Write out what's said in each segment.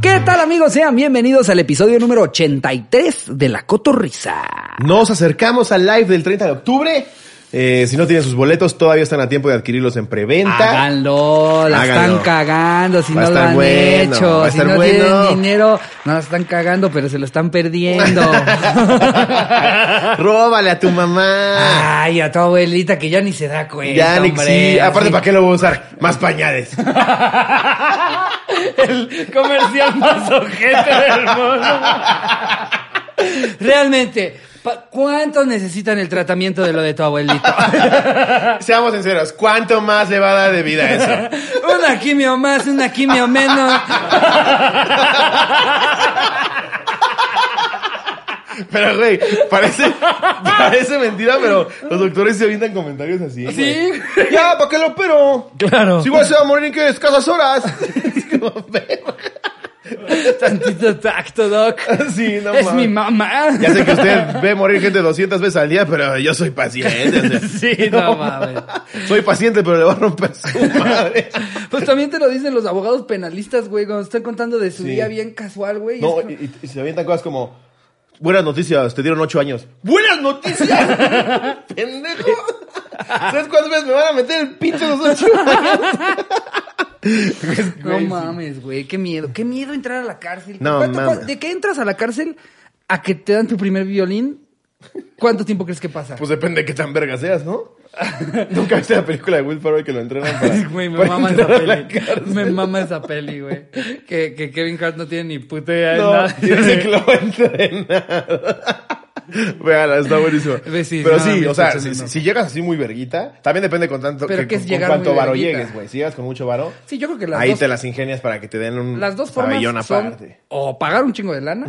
¿Qué tal amigos? Sean bienvenidos al episodio número 83 de La Cotorrisa. Nos acercamos al live del 30 de octubre. Eh, si no tienen sus boletos, todavía están a tiempo de adquirirlos en preventa. Háganlo, la Háganlo. están cagando, si Va a no lo estar han bueno, hecho, va a si estar no bueno. tienen dinero, no la están cagando, pero se lo están perdiendo. Róbale a tu mamá. Ay, a tu abuelita que ya ni se da cuenta. ya, Nick, Ah, hombre, sí. Aparte, así. ¿para qué lo voy a usar? Más pañales. El comercial más ojete del mundo. Realmente, pa- ¿cuántos necesitan el tratamiento de lo de tu abuelito? Seamos sinceros, ¿cuánto más le va a dar de vida a eso? Una quimio más, una quimio menos. Pero, güey, parece, parece mentira, pero los doctores se avientan comentarios así. güey. Sí. Ya, ¿para qué lo opero? Claro. Si igual se va a morir en qué escasas horas. Es como, pero- Tantito tacto, doc. sí, no es mames. mi mamá. Ya sé que usted ve morir gente 200 veces al día, pero yo soy paciente. o sea, Sí, no mames. Soy paciente, pero le va a romper su madre. Pues también te lo dicen los abogados penalistas, güey, cuando están contando de su Sí. día bien casual, güey. y No, es como- y, y- y se avientan cosas como... Buenas noticias, te dieron ocho años. ¡Buenas noticias! ¡Pendejo! ¿Sabes cuántas veces me van a meter el pinche los ocho años? No mames, güey, qué miedo. Qué miedo entrar a la cárcel. No ¿Cuánto- mames. cua- ¿De qué entras a la cárcel a que te dan tu primer violín? ¿Cuánto tiempo crees que pasa? Pues depende de qué tan verga seas, ¿no? Nunca viste la película de Will Ferrell que lo entrenan para... Ay, Güey, me para mama esa entrar a la peli. cárcel. Me mama esa peli, güey. Que, que Kevin Hart no tiene ni puta idea de No, nada. y dice que lo va a entrenar. Vean, está buenísimo. Ve, sí, Pero no, sí, no, o sea, no, si, no. si llegas así muy verguita, también depende con tanto Pero que- ¿qué es con, con llegar cuánto muy varo verguita? llegues, güey. Si llegas con mucho varo, Sí, yo creo que las ahí dos, te las ingenias para que te den un las dos formas pabellón son aparte. o pagar un chingo de lana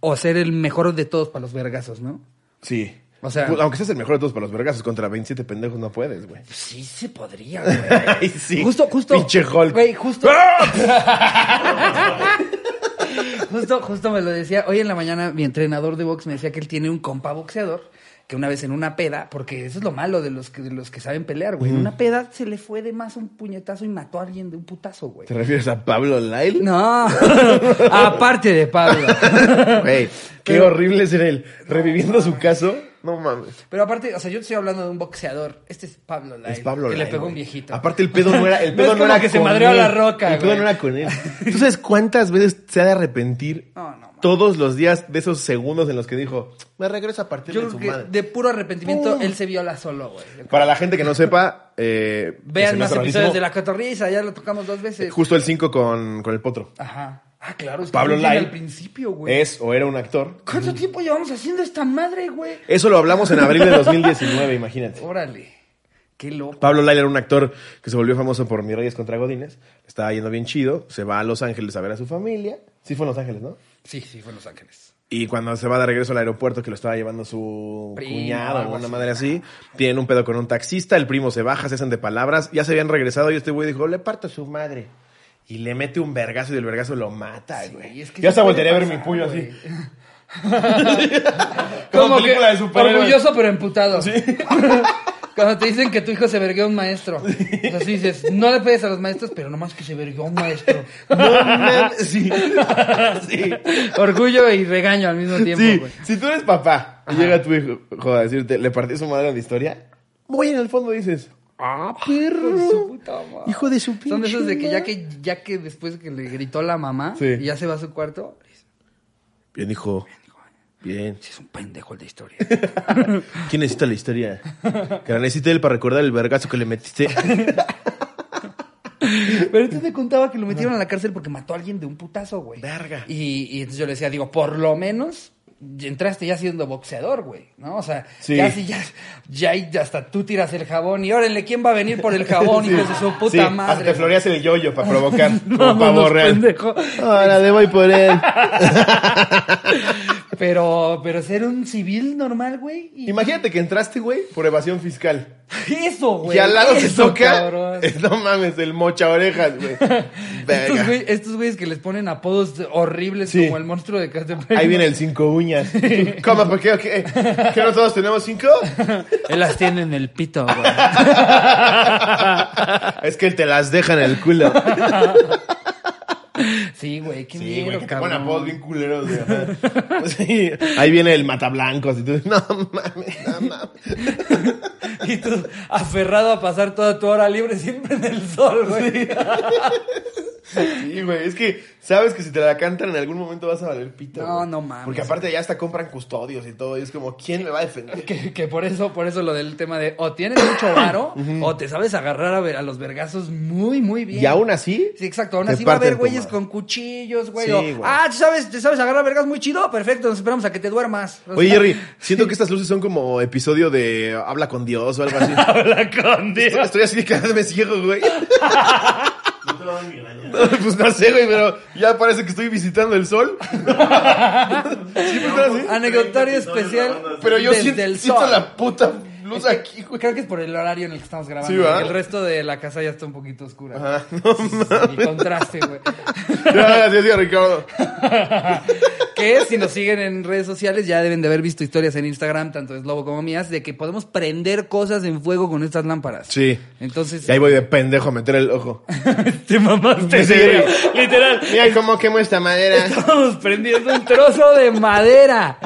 o ser el mejor de todos para los vergazos, ¿no? Sí. O sea- Pues, aunque seas el mejor de todos para los vergazos, contra 27 pendejos no puedes, güey. Sí se podría, güey. Ay, sí. Justo, justo. Pinche Hulk. ¡Ah! Güey, justo. justo, justo me lo decía. Hoy en la mañana mi entrenador de box me decía que él tiene un compa boxeador que una vez en una peda, porque eso es lo malo de los que, de los que saben pelear, güey. En una peda se le fue de más un puñetazo y mató a alguien de un putazo, güey. ¿Te refieres a Pablo Lyle? No, aparte de Pablo. Güey, qué Pero- horrible ser él. Reviviendo su caso. No mames. Pero aparte, o sea, yo te estoy hablando de un boxeador. Este es Pablo Lyle, Es Pablo que Lyle, le pegó güey. un viejito. Aparte, el pedo no era. El No pedo es no, como era que se con madreó a él. la roca, El pedo güey. no era con él. ¿Tú sabes cuántas veces se ha de arrepentir No, no, mames. todos los días de esos segundos en los que dijo, me regreso a partir Yo de creo su que madre? de puro arrepentimiento Pum. él se viola solo, güey. Yo creo. Para la gente que no sepa, eh, que se Vean me más hace episodios rarísimo, de La Cotorrisa, ya lo tocamos dos veces. Justo el 5 con, con el potro. Ajá. Ah, claro, es que Pablo no tiene Lyle al principio, güey. Es o era un actor. ¿Cuánto tiempo llevamos haciendo esta madre, güey? Eso lo hablamos en abril de 2019, imagínate. Órale. Qué loco. Pablo Lyle era un actor que se volvió famoso por Mis Reyes contra Godines. Estaba yendo bien chido. Se va a Los Ángeles a ver a su familia. Sí fue en Los Ángeles, ¿no? Sí, sí, fue en Los Ángeles. Y cuando se va de regreso al aeropuerto, que lo estaba llevando su Primo, cuñado algo o una así. madre así, tienen un pedo con un taxista, el primo se baja, se hacen de palabras, ya se habían regresado y este güey dijo, le parto a su madre. Y le mete un vergazo y el vergazo lo mata, güey. es que ya sí se voltearía a puede ver mi pasar, puño güey. así. Como película de superhéroes. Orgulloso pero emputado. Cuando te dicen que tu hijo se vergueó a un maestro. Entonces dices, no le pedes a los maestros, pero nomás que se vergueó a un maestro. No mames, sí. sí. Orgullo y regaño al mismo tiempo, Sí, güey. si tú eres papá y llega tu hijo joder, a decirte, le partí su madre a la historia, muy en el fondo dices, ah, perro. su puta madre. Hijo de su pinche. Son de esos de que ya madre". que ya que después que le gritó la mamá Sí. y ya se va a su cuarto, dice, Bien, hijo. Bien. "Sí, es un pendejo el de historia. ¿Quién necesita la historia? Que la necesite él para recordar el vergazo que le metiste. Pero entonces me contaba que lo metieron a la cárcel porque mató a alguien de un putazo, güey. Verga. Y, y entonces yo le decía, digo, por lo menos entraste ya siendo boxeador, güey, ¿no? O sea, Sí. ya si ya, ya ahí hasta tú tiras el jabón y órale, ¿quién va a venir por el jabón, hijos de su puta Sí, Hasta madre? te floreas el yoyo para provocar. Vámonos, Por favor, real. pendejo. Ahora le voy por él. Pero, pero ser un civil normal, güey. y- Imagínate que entraste, güey, por evasión fiscal. Eso, güey. y al lado te eso, toca. cabrón. No mames, el mocha orejas, güey. Estos, Verga. güey- estos güeyes que les ponen apodos horribles Sí. como el monstruo de Catepec. Ahí viene el cinco uñas. ¿Cómo? ¿Por qué? ¿O qué? ¿Que no todos tenemos cinco? Él las tiene en el pito, güey. Es que te las deja en el culo. Sí, güey, qué Sí, miedo, güey, que te ponen cabrón. apodos bien culeros, güey. ajá. Sí, ahí viene el matablanco, así tú, no mames, no mames. Y tú aferrado a pasar toda tu hora libre siempre en el sol, güey. Sí, güey, es que sabes que si te la cantan en algún momento vas a valer pito. No, güey. no mames. Porque aparte ya hasta compran custodios y todo, y es como, ¿quién me va a defender? Que, que por eso, por eso lo del tema de o tienes mucho varo o te sabes agarrar a, ver, a los vergazos muy, muy bien. Y aún así, Sí, exacto. Aún te así va a parten haber tu güeyes madre. con cuchillos, güey. Sí, o, güey. Ah, ¿te sabes, te sabes agarrar vergas muy chido. Perfecto, nos esperamos a que te duermas. Oye, Jerry, siento que estas luces son como episodio de Habla con Dios o algo así. Habla con Dios. Estoy así de quedándome ciego, güey. No, pues no sé, güey, pero ya parece que estoy visitando el sol. Siempre están así. Anecdotario 30 episodios especial. grabando Pero yo desde siento, el siento sol. la puta luz aquí, güey. Creo que es por el horario en el que estamos grabando. Sí, ¿verdad? el resto de la casa ya está un poquito oscura. Ajá, no El contraste, güey. Gracias, tío Ricardo. que si nos siguen en redes sociales ya deben de haber visto historias en Instagram, tanto de Slobo como mías, de que podemos prender cosas en fuego con estas lámparas. Sí. Entonces, Y ahí voy de pendejo a meter el ojo. te mamaste, Sí. güey. Literal, Mira cómo quemo esta madera. Estábamos prendiendo un trozo de madera.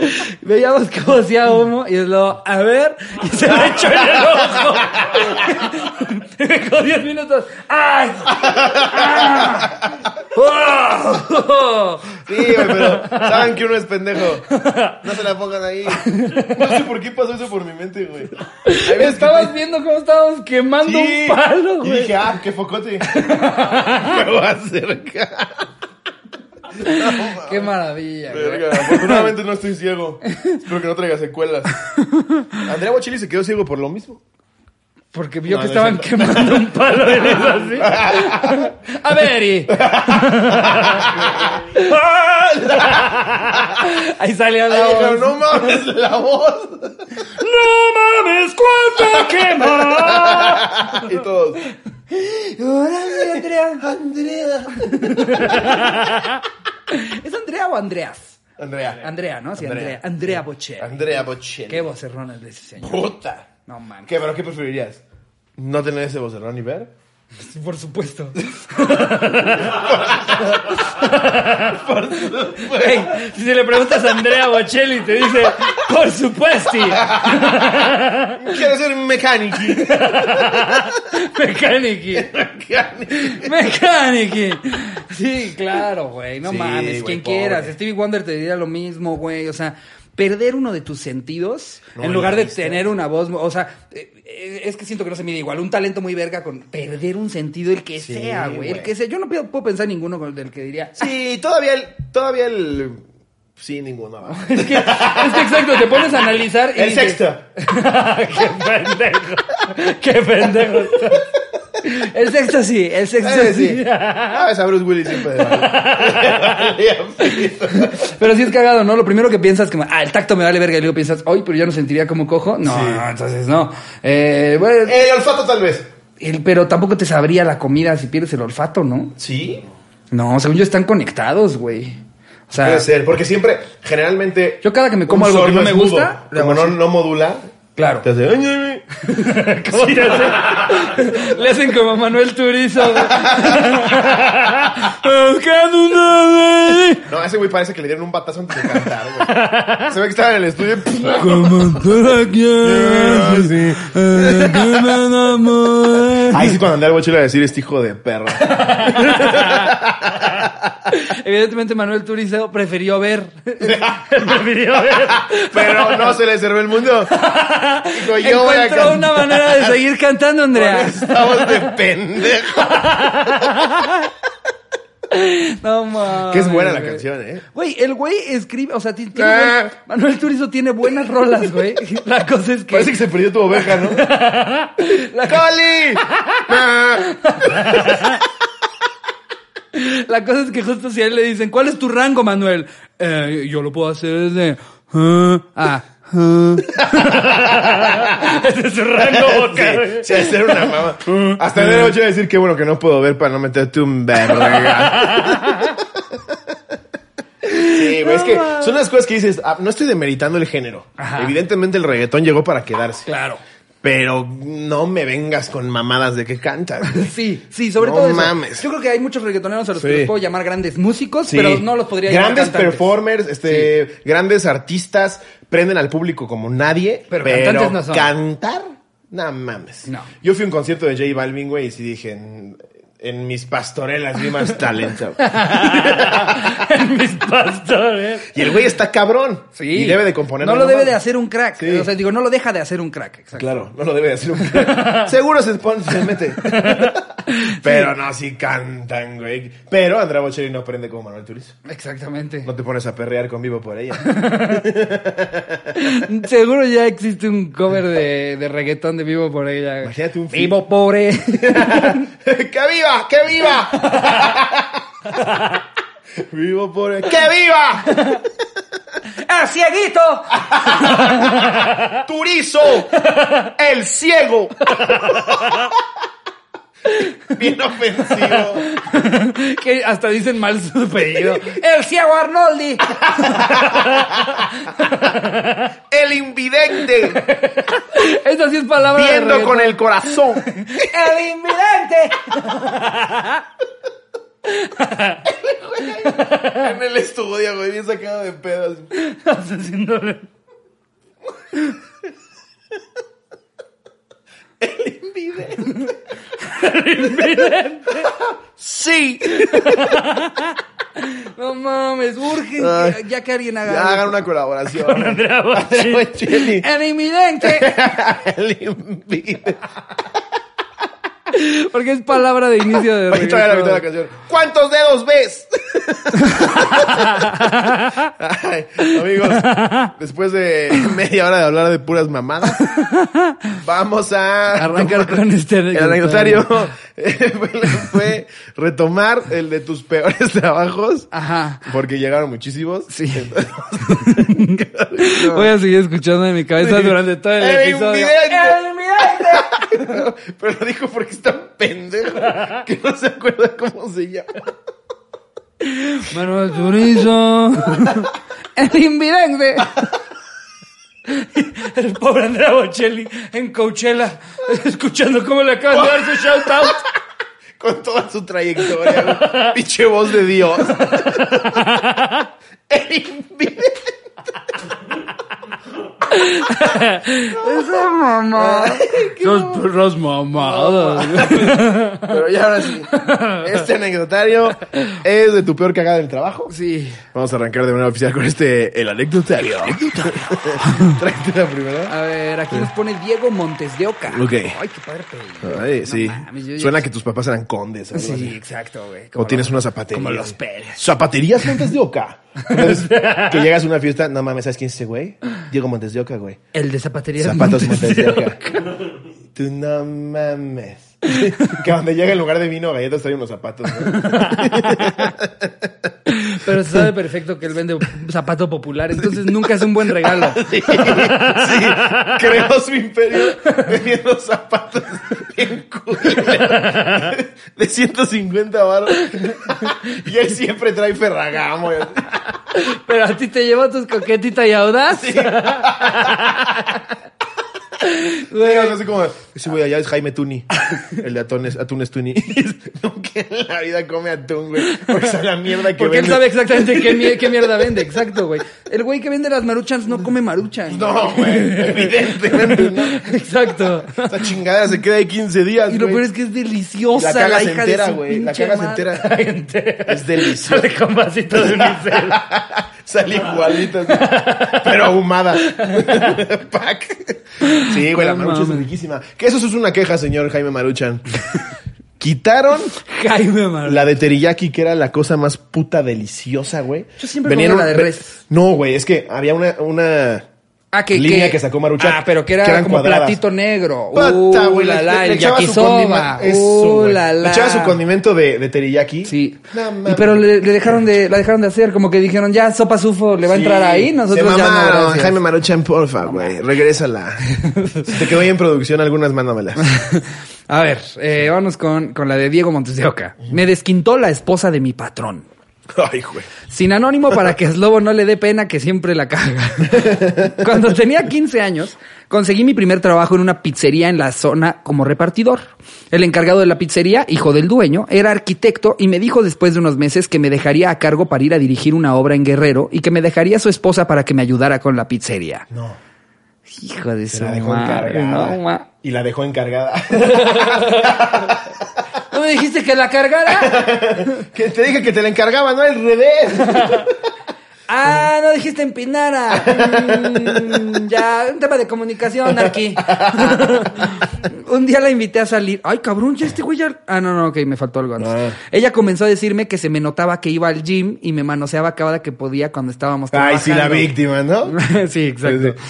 Veíamos cómo hacía humo y es luego, a ver, y se lo echó en el ojo. Y me quedó 10 minutos. ¡Ay! ¡Ah! ¡Oh! Sí, güey, pero saben que uno es pendejo. No se la pongan ahí. No sé por qué pasó eso por mi mente, güey. Hay veces que Estabas viendo cómo estábamos Sí. quemando un palo, Y güey. dije, ah, qué focote. Me voy a acercar. Qué maravilla, güey. Verga, afortunadamente no estoy ciego. Espero que no traiga secuelas. Andrea Bocelli se quedó ciego por lo mismo. Porque vio No, que no estaban es quemando un palo en eso así. A ver, y... Ahí salía la voz. Pero no mames, la voz. ¡No mames, cuánto quema! Y todos. ¡Órale, Andrea! Andrea. ¿Es Andrea o Andreas? Andrea. Andrea, ¿no? Sí, Andrea. Andrea. Andrea Bocelli. Andrea Bocelli. Qué vocerrón es de ese señor. puta. No mames. ¿Qué, pero qué preferirías? ¿No tener ese vocerrón y ver? Sí, Por supuesto. Ey, si le preguntas a Andrea Bocelli, te dice, por supuesto, Quiero ser mecánico. mecánico. Mecánico. Mecánico. Sí, claro, güey. No Sí, mames, güey, quien pobre. quieras. Stevie Wonder te diría lo mismo, güey. O sea, perder uno de tus sentidos No, en lugar la de vista. tener una voz. O sea, eh, eh, es que siento que no se mide igual. Un talento muy verga con perder un sentido, el que Sí, sea, güey. El güey. que sea. Yo no puedo, puedo pensar en ninguno con- del que diría. Sí, todavía el. Todavía el. Sí, ninguno. va. Es que, es que exacto, te pones a analizar y. El dices, sexto. ¡Qué pendejo! ¡Qué pendejo! estás. El sexto sí, el sexto Eh, sí. sí. Ah, ves a Bruce Willis siempre. de mal. Pero sí es cagado, ¿no? Lo primero que piensas como, ah, el tacto me vale verga. Y luego piensas, hoy, pero yo no sentiría como cojo. No, Sí. no, entonces no. Eh, bueno, El olfato tal vez. el- pero tampoco te sabría la comida si pierdes el olfato, ¿no? Sí. No, según yo están conectados, güey. O sea, Puede ser, porque siempre, generalmente. yo cada que me como un algo que no sorbo me es mudo. gusta, le hago Como no, así. no modula. Claro. Te hace. "Ay, ay, ay". ¿Cómo te hacen? Le hacen como Manuel Turizo. güey. Buscando una vez. No, ese güey parece que le dieron un batazo antes de cantar, güey. Se ve que estaba en el estudio. Como tú la quieres, eh, que me enamoré. Ahí sí, cuando andé al boche le iba a decir este hijo de perro. Evidentemente Manuel Turizo prefirió ver. prefirió ver. Pero no se le cerró el mundo. Dijo, yo voy a Encontró cantar. una manera de seguir cantando, Andrea. Estamos de pendejo. No mames. Que es buena la güey. canción, ¿eh? Güey, el güey escribe, o sea, ti- tiene Ah. buen- Manuel Turizo tiene buenas rolas, güey. La cosa es que Parece que se perdió tu oveja, ¿no? La- ¡Coli! Ah, La cosa es que justo si a él le dicen, ¿cuál es tu rango, Manuel? Eh, yo lo puedo hacer desde... ah, ah, ah. Ese es su rango vocal. sí, hacer una mamá. Hasta el día de hoy voy a decir que bueno que no puedo ver para no meterte un verga. Sí, güey, es que son las cosas que dices, ah, no estoy demeritando el género. Ajá. Evidentemente el reggaetón llegó para quedarse. Claro. Pero no me vengas con mamadas de que cantas. güey. Sí, sí, sobre No todo eso. mames. Yo creo que hay muchos reggaetoneros a los Sí. que los puedo llamar grandes músicos, Sí. pero no los podría llamar Grandes cantantes. performers, este, grandes artistas, prenden al público como nadie, pero, Pero cantantes no son. cantar, no mames. No. Yo fui a un concierto de J Balvin, güey, y sí dije, en, en mis pastorelas vi más talento. Mis pastores. y el güey está cabrón. Sí. Y debe de componer. No lo debe mames. de hacer un crack. Sí. O sea, digo, no lo deja de hacer un crack. Exacto. Claro, no lo debe de hacer un crack. Seguro se, pone- se mete. Pero no, sí cantan, güey. Pero Andrea Bocelli no aprende como Manuel Turizo. Exactamente. No te pones a perrear con vivo por ella. Seguro ya existe un cover de, de reggaetón de Vivo por ella. Imagínate un fi- Vivo pobre. ¡Que viva! ¡Que viva! Vivo por el... ¡Que viva! ¡Ah, cieguito! ¡Turizo! ¡El ciego! Bien ofensivo. Que hasta dicen mal su apellido. ¡El ciego Arnoldi! ¡El invidente! Esa sí es palabra de ¡Viendo reggaetón. con el corazón! ¡El invidente! En el estudio, güey, bien sacado de pedos. Asesinándole. ¡Sí! No mames, urge Ay. que- ya que alguien haga. Ya algo. hagan una colaboración. Bocelli. ¡El invidente! El invidente. Porque es palabra de inicio de Oye, todavía la mitad de la reggaetón. canción. ¿Cuántos dedos ves? Ay, amigos, después de media hora de hablar de puras mamadas, vamos a Arrancar con este el anecdotario. eh, fue- fue retomar el de tus peores trabajos, Ajá. porque llegaron muchísimos. Sí. Voy a seguir escuchando en mi cabeza durante todo el ¡El episodio. invidente! ¡El invidente! Pero lo dijo porque es tan pendejo que no se acuerda cómo se llama. Manuel Turizo. El invidente. El pobre Andrea Bocelli en Coachella, escuchando cómo le acaban de dar su shout out. con toda su trayectoria. güey. Pinche voz de Dios. El invidente. Esa mamá. Los perros mamadas. Pero ya ahora sí. Este anecdotario es de tu peor cagada del trabajo. Sí. Vamos a arrancar de manera oficial con este, el anecdotario. Tráete la primera. A ver, aquí nos pone Diego Montes de Oca. Ok. Ay, qué padre apellido. Ay, No sí. mames, yo ya- Suena que tus papás eran condes. algo Sí, así. exacto, güey. O Como tienes los- una zapatería. Como los Pérez. Zapaterías Montes de Oca. Entonces, que llegas a una fiesta, no mames, ¿sabes quién es ese güey? Diego Montes de Oca, güey. El de zapatería. Zapatos Montes Montes de de Oca. Tú no mames. que donde llega en lugar de vino, galletas trae unos zapatos. ¿no? Pero se sabe perfecto que él vende zapato popular, entonces nunca es un buen regalo. Sí, sí. Creó su imperio vendiendo zapatos en de 150 baros. y él siempre trae Ferragamo. y así. Pero a ti te lleva tus coquetitas y audaz. Güey, Digo, así como, ese güey allá es Jaime Tuni, el de Atunes, Atunes Tuni. Nunca en la vida come atún, güey, porque es la mierda que porque él vende. sabe exactamente qué, mie- qué mierda vende, exacto, güey. El güey que vende las maruchans no come maruchan. No, güey, evidentemente no. Exacto. Esta chingada se queda ahí 15 días, Y lo güey. peor es que es deliciosa la, La cagas hija entera, de su güey, la pinche cagas madre. entera. La entera. Es delicioso. Sale con vasito de unicel. Sale igualita, así, pero ahumada. Pack. Sí, güey, la No marucha es mames. riquísima. Que eso es una queja, señor Jaime Maruchan. Quitaron Jaime Mar. la de teriyaki, que era la cosa más puta deliciosa, güey. Yo siempre comía la de ve- res. No, güey, es que había una... una... Ah, que, Línea que sacó Maruchan, Ah, pero que que era eran como cuadradas. platito negro. Puta, uh, güey, la le- la, le el echaba su yakisoba. condimento- eso, uh, güey. la Le la. echaba su condimento de, de teriyaki. Sí. No, y mames. pero le, le dejaron de la dejaron de hacer, como que dijeron, ya sopa sufo le va a entrar Sí. ahí, nosotros Se ya no. mamaron, gracias. Jaime Maruchan, porfa, güey. Regrésala. si te quedó ahí en producción, algunas mándamelas. A ver, eh, vámonos con, con la de Diego Montes de Oca. Me desquintó la esposa de mi patrón. Ay, güey. Sin anónimo para que Slobo no le dé pena que siempre la caga. Cuando tenía 15 años, conseguí mi primer trabajo en una pizzería en la zona como repartidor. El encargado de la pizzería, hijo del dueño, era arquitecto y me dijo después de unos meses que me dejaría a cargo para ir a dirigir una obra en Guerrero y que me dejaría a su esposa para que me ayudara con la pizzería. No. Hijo de Se su la dejó madre, encargada. no, ma. Y la dejó encargada. ¿No me dijiste que la cargara? que te dije que te la encargaba, no al revés. Ah, no dijiste empinara. Mm, ya, un tema de comunicación aquí. un día la invité a salir. Ay, cabrón, ya este güey ya... Ah, no, no, ok, me faltó algo antes. Ah. Ella comenzó a decirme que se me notaba que iba al gym y me manoseaba cada que podía cuando estábamos Ay, sí, la trabajando. víctima, ¿no? sí, exacto.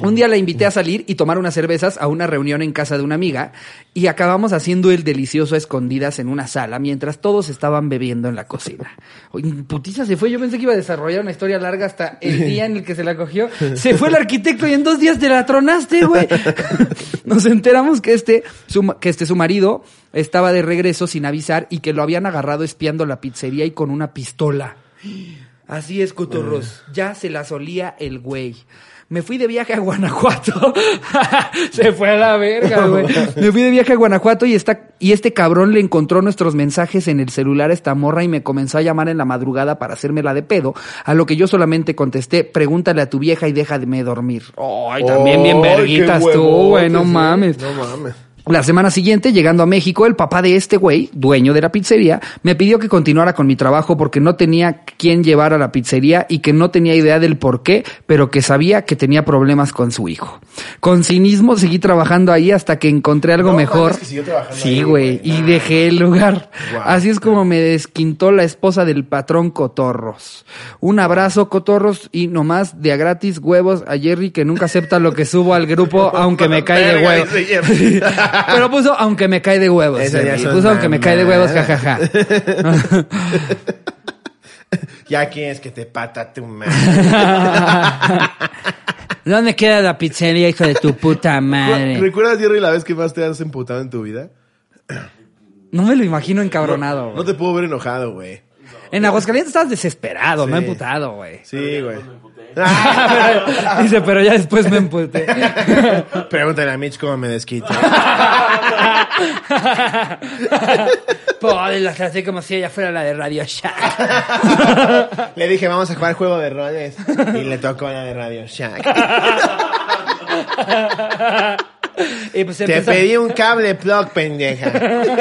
Un día la invité a salir y tomar unas cervezas a una reunión en casa de una amiga y acabamos haciendo el delicioso a escondidas en una sala mientras todos estaban bebiendo en la cocina. Uy, Putiza se fue, yo pensé que iba a desarrollar una historia larga hasta el día en el que se la cogió. Se fue el arquitecto y en dos días te la tronaste, güey. Nos enteramos que este, su, ma- que este su marido estaba de regreso sin avisar y que lo habían agarrado espiando la pizzería y con una pistola. Así es, Cotorros. Ya se la solía el güey. Me fui de viaje a Guanajuato. se fue a la verga, güey. Me fui de viaje a Guanajuato y, esta, y este cabrón le encontró nuestros mensajes en el celular a esta morra y me comenzó a llamar en la madrugada para hacérmela de pedo, a lo que yo solamente contesté, pregúntale a tu vieja y déjame dormir. Ay, también bien Ay, qué verguitas tú, huevotes, güey, no ¿eh? mames. No mames. La semana siguiente, llegando a México, el papá de este güey, dueño de la pizzería, me pidió que continuara con mi trabajo porque no tenía quien llevar a la pizzería y que no tenía idea del por qué, pero que sabía que tenía problemas con su hijo. Con cinismo seguí trabajando ahí hasta que encontré algo No, mejor. mames, que siguió trabajando sí, ahí, güey, güey. y dejé el lugar. Guau. Así es como me desquintó la esposa del patrón Cotorros. Un abrazo, Cotorros, y nomás de a gratis huevos a Jerry que nunca acepta lo que subo al grupo, aunque me cae de Verga, huevos. dice Jerry. Pero puso, aunque me cae de huevos. Esas ya Jerry. son Puso, aunque me cae de huevos, mamadas. jajaja. Ya quieres que te pata tu madre. ¿Dónde queda la pizzería, hijo de tu puta madre? ¿Recuerdas, Jerry, la vez que más te has emputado en tu vida? No me lo imagino encabronado, No güey. te puedo ver enojado, güey. En Aguascalientes estabas desesperado, no Sí. emputado, güey. Sí, güey. Dice, pero ya después me emputé. Pregúntale a Mitch cómo me desquito. Pobre, la traté como si ella fuera la de Radio Shack. Le dije, vamos a jugar juego de roles. Y le tocó la de Radio Shack. Y pues Te empezó- pedí un cable plug, pendeja. Jugamos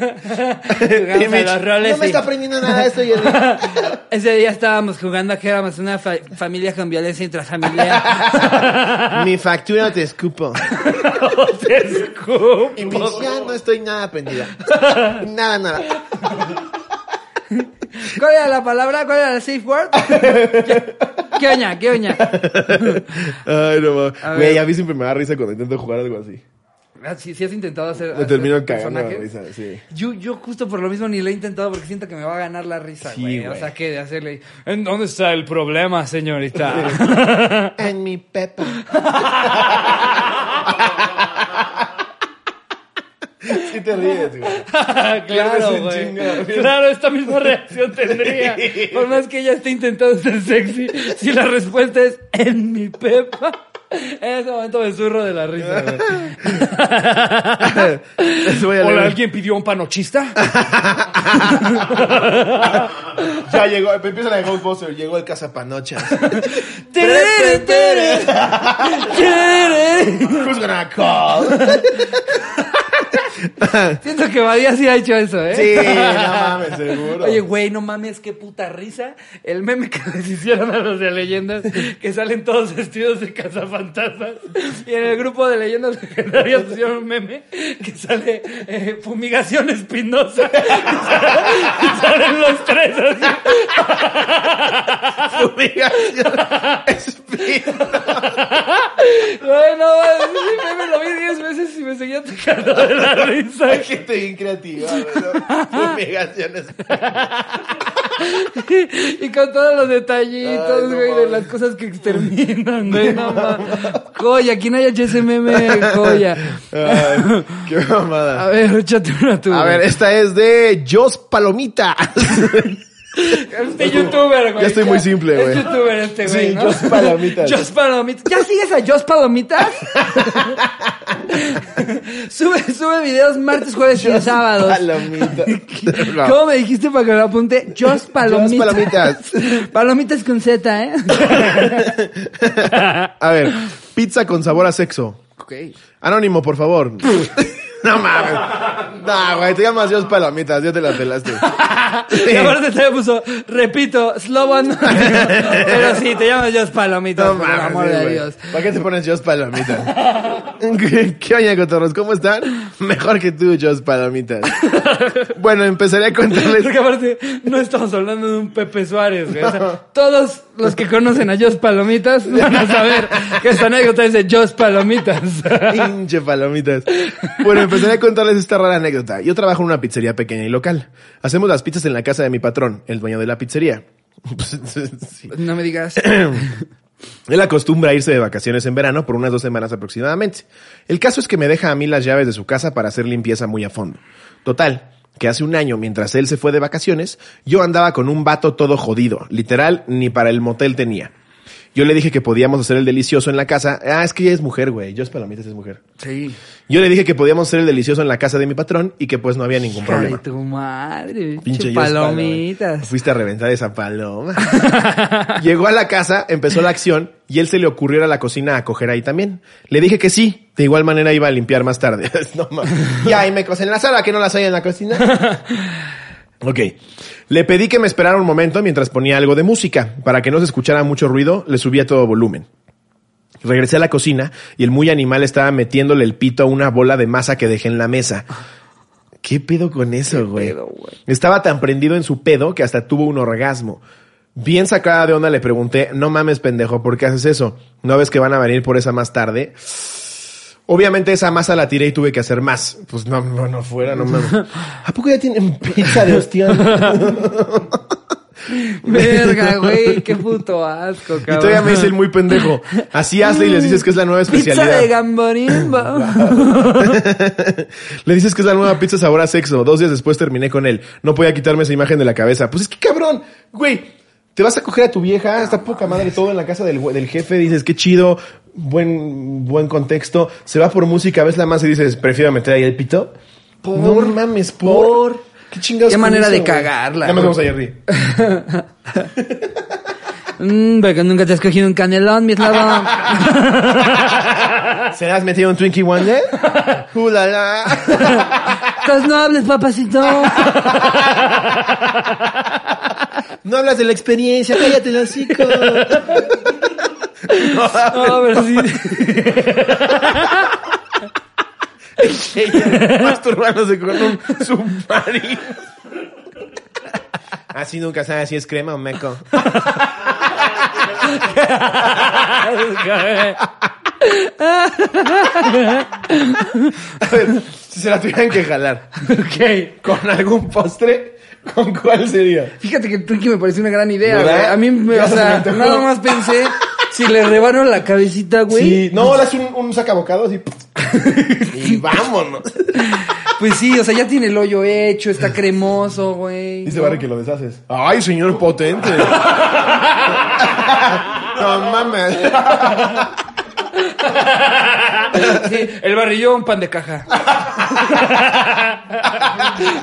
Y a Mitch, los roles no me y- está aprendiendo nada de esto, Jerry. Ese día estábamos jugando a que éramos una fa- familia con violencia intrafamiliar. Mi factura te escupo. Te escupo. Y Mitch, ya no estoy nada aprendida. Nada, nada. ¿Cuál era la palabra? ¿Cuál era el safe word? ¿Qué oña? ¿Qué oña? Ay, no mames. A Güey, ver. a mí siempre me da risa cuando intento jugar algo así. Ah, Si, si has intentado hacer. Me hacer termino cagando de personajes. risa, sí. Yo, yo justo por lo mismo ni lo he intentado porque siento que me va a ganar la risa, Sí, güey. o güey. sea, que de hacerle... ¿En dónde está el problema, señorita? En mi pepa. Sí te ríes, güey. claro, Pierdes un güey. chingo. Claro, esta misma reacción tendría. Por más que ella esté intentando ser sexy, si la respuesta es en mi pepa, en ese momento me zurro de la risa, güey. Les voy a Hola, leer. ¿alguien pidió un panochista? Ya llegó, empieza la de Ghostbusters, llegó el cazapanochas. Terere, tere. Terere. Who's gonna call? Siento que Badía sí ha hecho eso, ¿eh? Sí, no mames, seguro. Oye, güey, no mames, qué puta risa. El meme que les hicieron a los de leyendas, que salen todos vestidos de cazafantasmas. Y en el grupo de leyendas legendarias pusieron un meme que sale eh, fumigación espinosa. Y salen los tres así. Fumigación. Espino. Güey, no mames, ese meme lo vi diez veces y me seguía atacando de la risa. Hay gente bien creativa, güey. ¿no? Fumigación. espino. y con todos los detallitos, Ay, no güey, de mames. las cosas que exterminan, güey. No mames. Joya, aquí no hay HSMM, joya. Ay, qué A mamada. ver, échate una tú. A güey. ver, esta es de Jos Palomita. Este youtuber, güey. Ya estoy muy simple, güey. Es youtuber este, güey. Sí, ¿no? Jos Palomitas. Jos Palomitas. ¿Ya sigues a Jos Palomitas? sube, sube videos martes, jueves y sábados. Palomita. ¿Cómo me dijiste para que lo apunte? Jos Palomitas. Palomitas. Palomitas con Z, ¿eh? A ver, pizza con sabor a sexo. ok. Anónimo, por favor. no mames. No, güey, te llamas Dios Palomitas, ya te la pelaste. Y aparte te puso, repito, slow and- Pero sí, te llamas Jos Palomitas, No por el mames, amor de güey. Dios. ¿Para qué te pones Dios Palomitas? ¿Qué, qué oña, cotorros? ¿Cómo están? Mejor que tú, Dios Palomitas. Bueno, empezaré a contarles. Porque aparte, no estamos hablando de un Pepe Suárez, güey. O sea, todos los que conocen a Jos Palomitas van a saber que esta anécdota es de Jos Palomitas. Pinche palomitas. Bueno, empezaré a contarles esta rara anécdota. Yo trabajo en una pizzería pequeña y local. Hacemos las pizzas en la casa de mi patrón, el dueño de la pizzería. Pues, Sí. No me digas. Él acostumbra a irse de vacaciones en verano por unas dos semanas aproximadamente. El caso es que me deja a mí las llaves de su casa para hacer limpieza muy a fondo. Total, que hace un año, mientras él se fue de vacaciones, yo andaba con un vato todo jodido. Literal, ni para el motel tenía. Yo le dije que podíamos hacer el delicioso en la casa. Ah, es que ella es mujer, güey. Yo es palomitas, es mujer. Sí. Yo le dije que podíamos hacer el delicioso en la casa de mi patrón y que pues no había ningún Hija de problema. tu madre, Pinche pinche Dios, paloma. Palomitas. Fuiste a reventar esa paloma. Llegó a la casa, empezó la acción y él se le ocurrió ir a la cocina a coger ahí también. Le dije que sí, de igual manera iba a limpiar más tarde. no mames. Y ahí me cosé en la sala, que no las hay en la cocina. Ok. Le pedí que me esperara un momento mientras ponía algo de música. Para que no se escuchara mucho ruido, le subí a todo volumen. Regresé a la cocina y el muy animal estaba metiéndole el pito a una bola de masa que dejé en la mesa. ¿Qué pedo con eso, güey? pedo, güey? Estaba tan prendido en su pedo que hasta tuvo un orgasmo. Bien sacada de onda le pregunté, no mames pendejo, ¿por qué haces eso? ¿No ves que van a venir por esa más tarde? Obviamente esa masa la tiré y tuve que hacer más. Pues no, no, no fuera, no mames. ¿A poco ya tienen pizza de hostión? Verga, güey, qué puto asco, cabrón. Y todavía me dice el muy pendejo. Así hazle y les dices que es la nueva Pizza de especialidad. gamborimbo. Le dices que es la nueva pizza sabor a sexo. Dos días después terminé con él. No podía quitarme esa imagen de la cabeza. Pues es que cabrón, güey. Te vas a coger a tu vieja, está poca madre todo en la casa del, güe- del jefe. Dices, qué chido, buen, buen contexto. Se va por música, ves la más y dices, prefiero meter ahí el pito. Por, no mames, por. por. Qué chingados. Qué con manera de güey? cagarla, Ya güey. nos vamos a Jerry. Mm, porque nunca te has cogido un canelón, mi eslabón. ¿Se le has metido un Twinkie Wonder? ¡Uh, la, la! Entonces no hables, papacito. No hablas de la experiencia, cállate el hocico. No, pero sí. masturbándose con un submarino. Así nunca sabes si es crema o meco. A ver, si se la tuvieran que jalar ok. con algún postre, ¿con cuál sería? Fíjate que el Twinkie me pareció una gran idea, ¿Verdad? güey. A mí, me, Ya o se me sea, antojó. nada más pensé, si le rebano la cabecita, güey. Sí, no, le haces un, un sacabocado así. Y vámonos. Pues sí, o sea, ya tiene el hoyo hecho, está cremoso, güey. Dice Barry que lo deshaces. Ay, señor potente. no mames. Ah, Sí, el barrillón, pan de caja.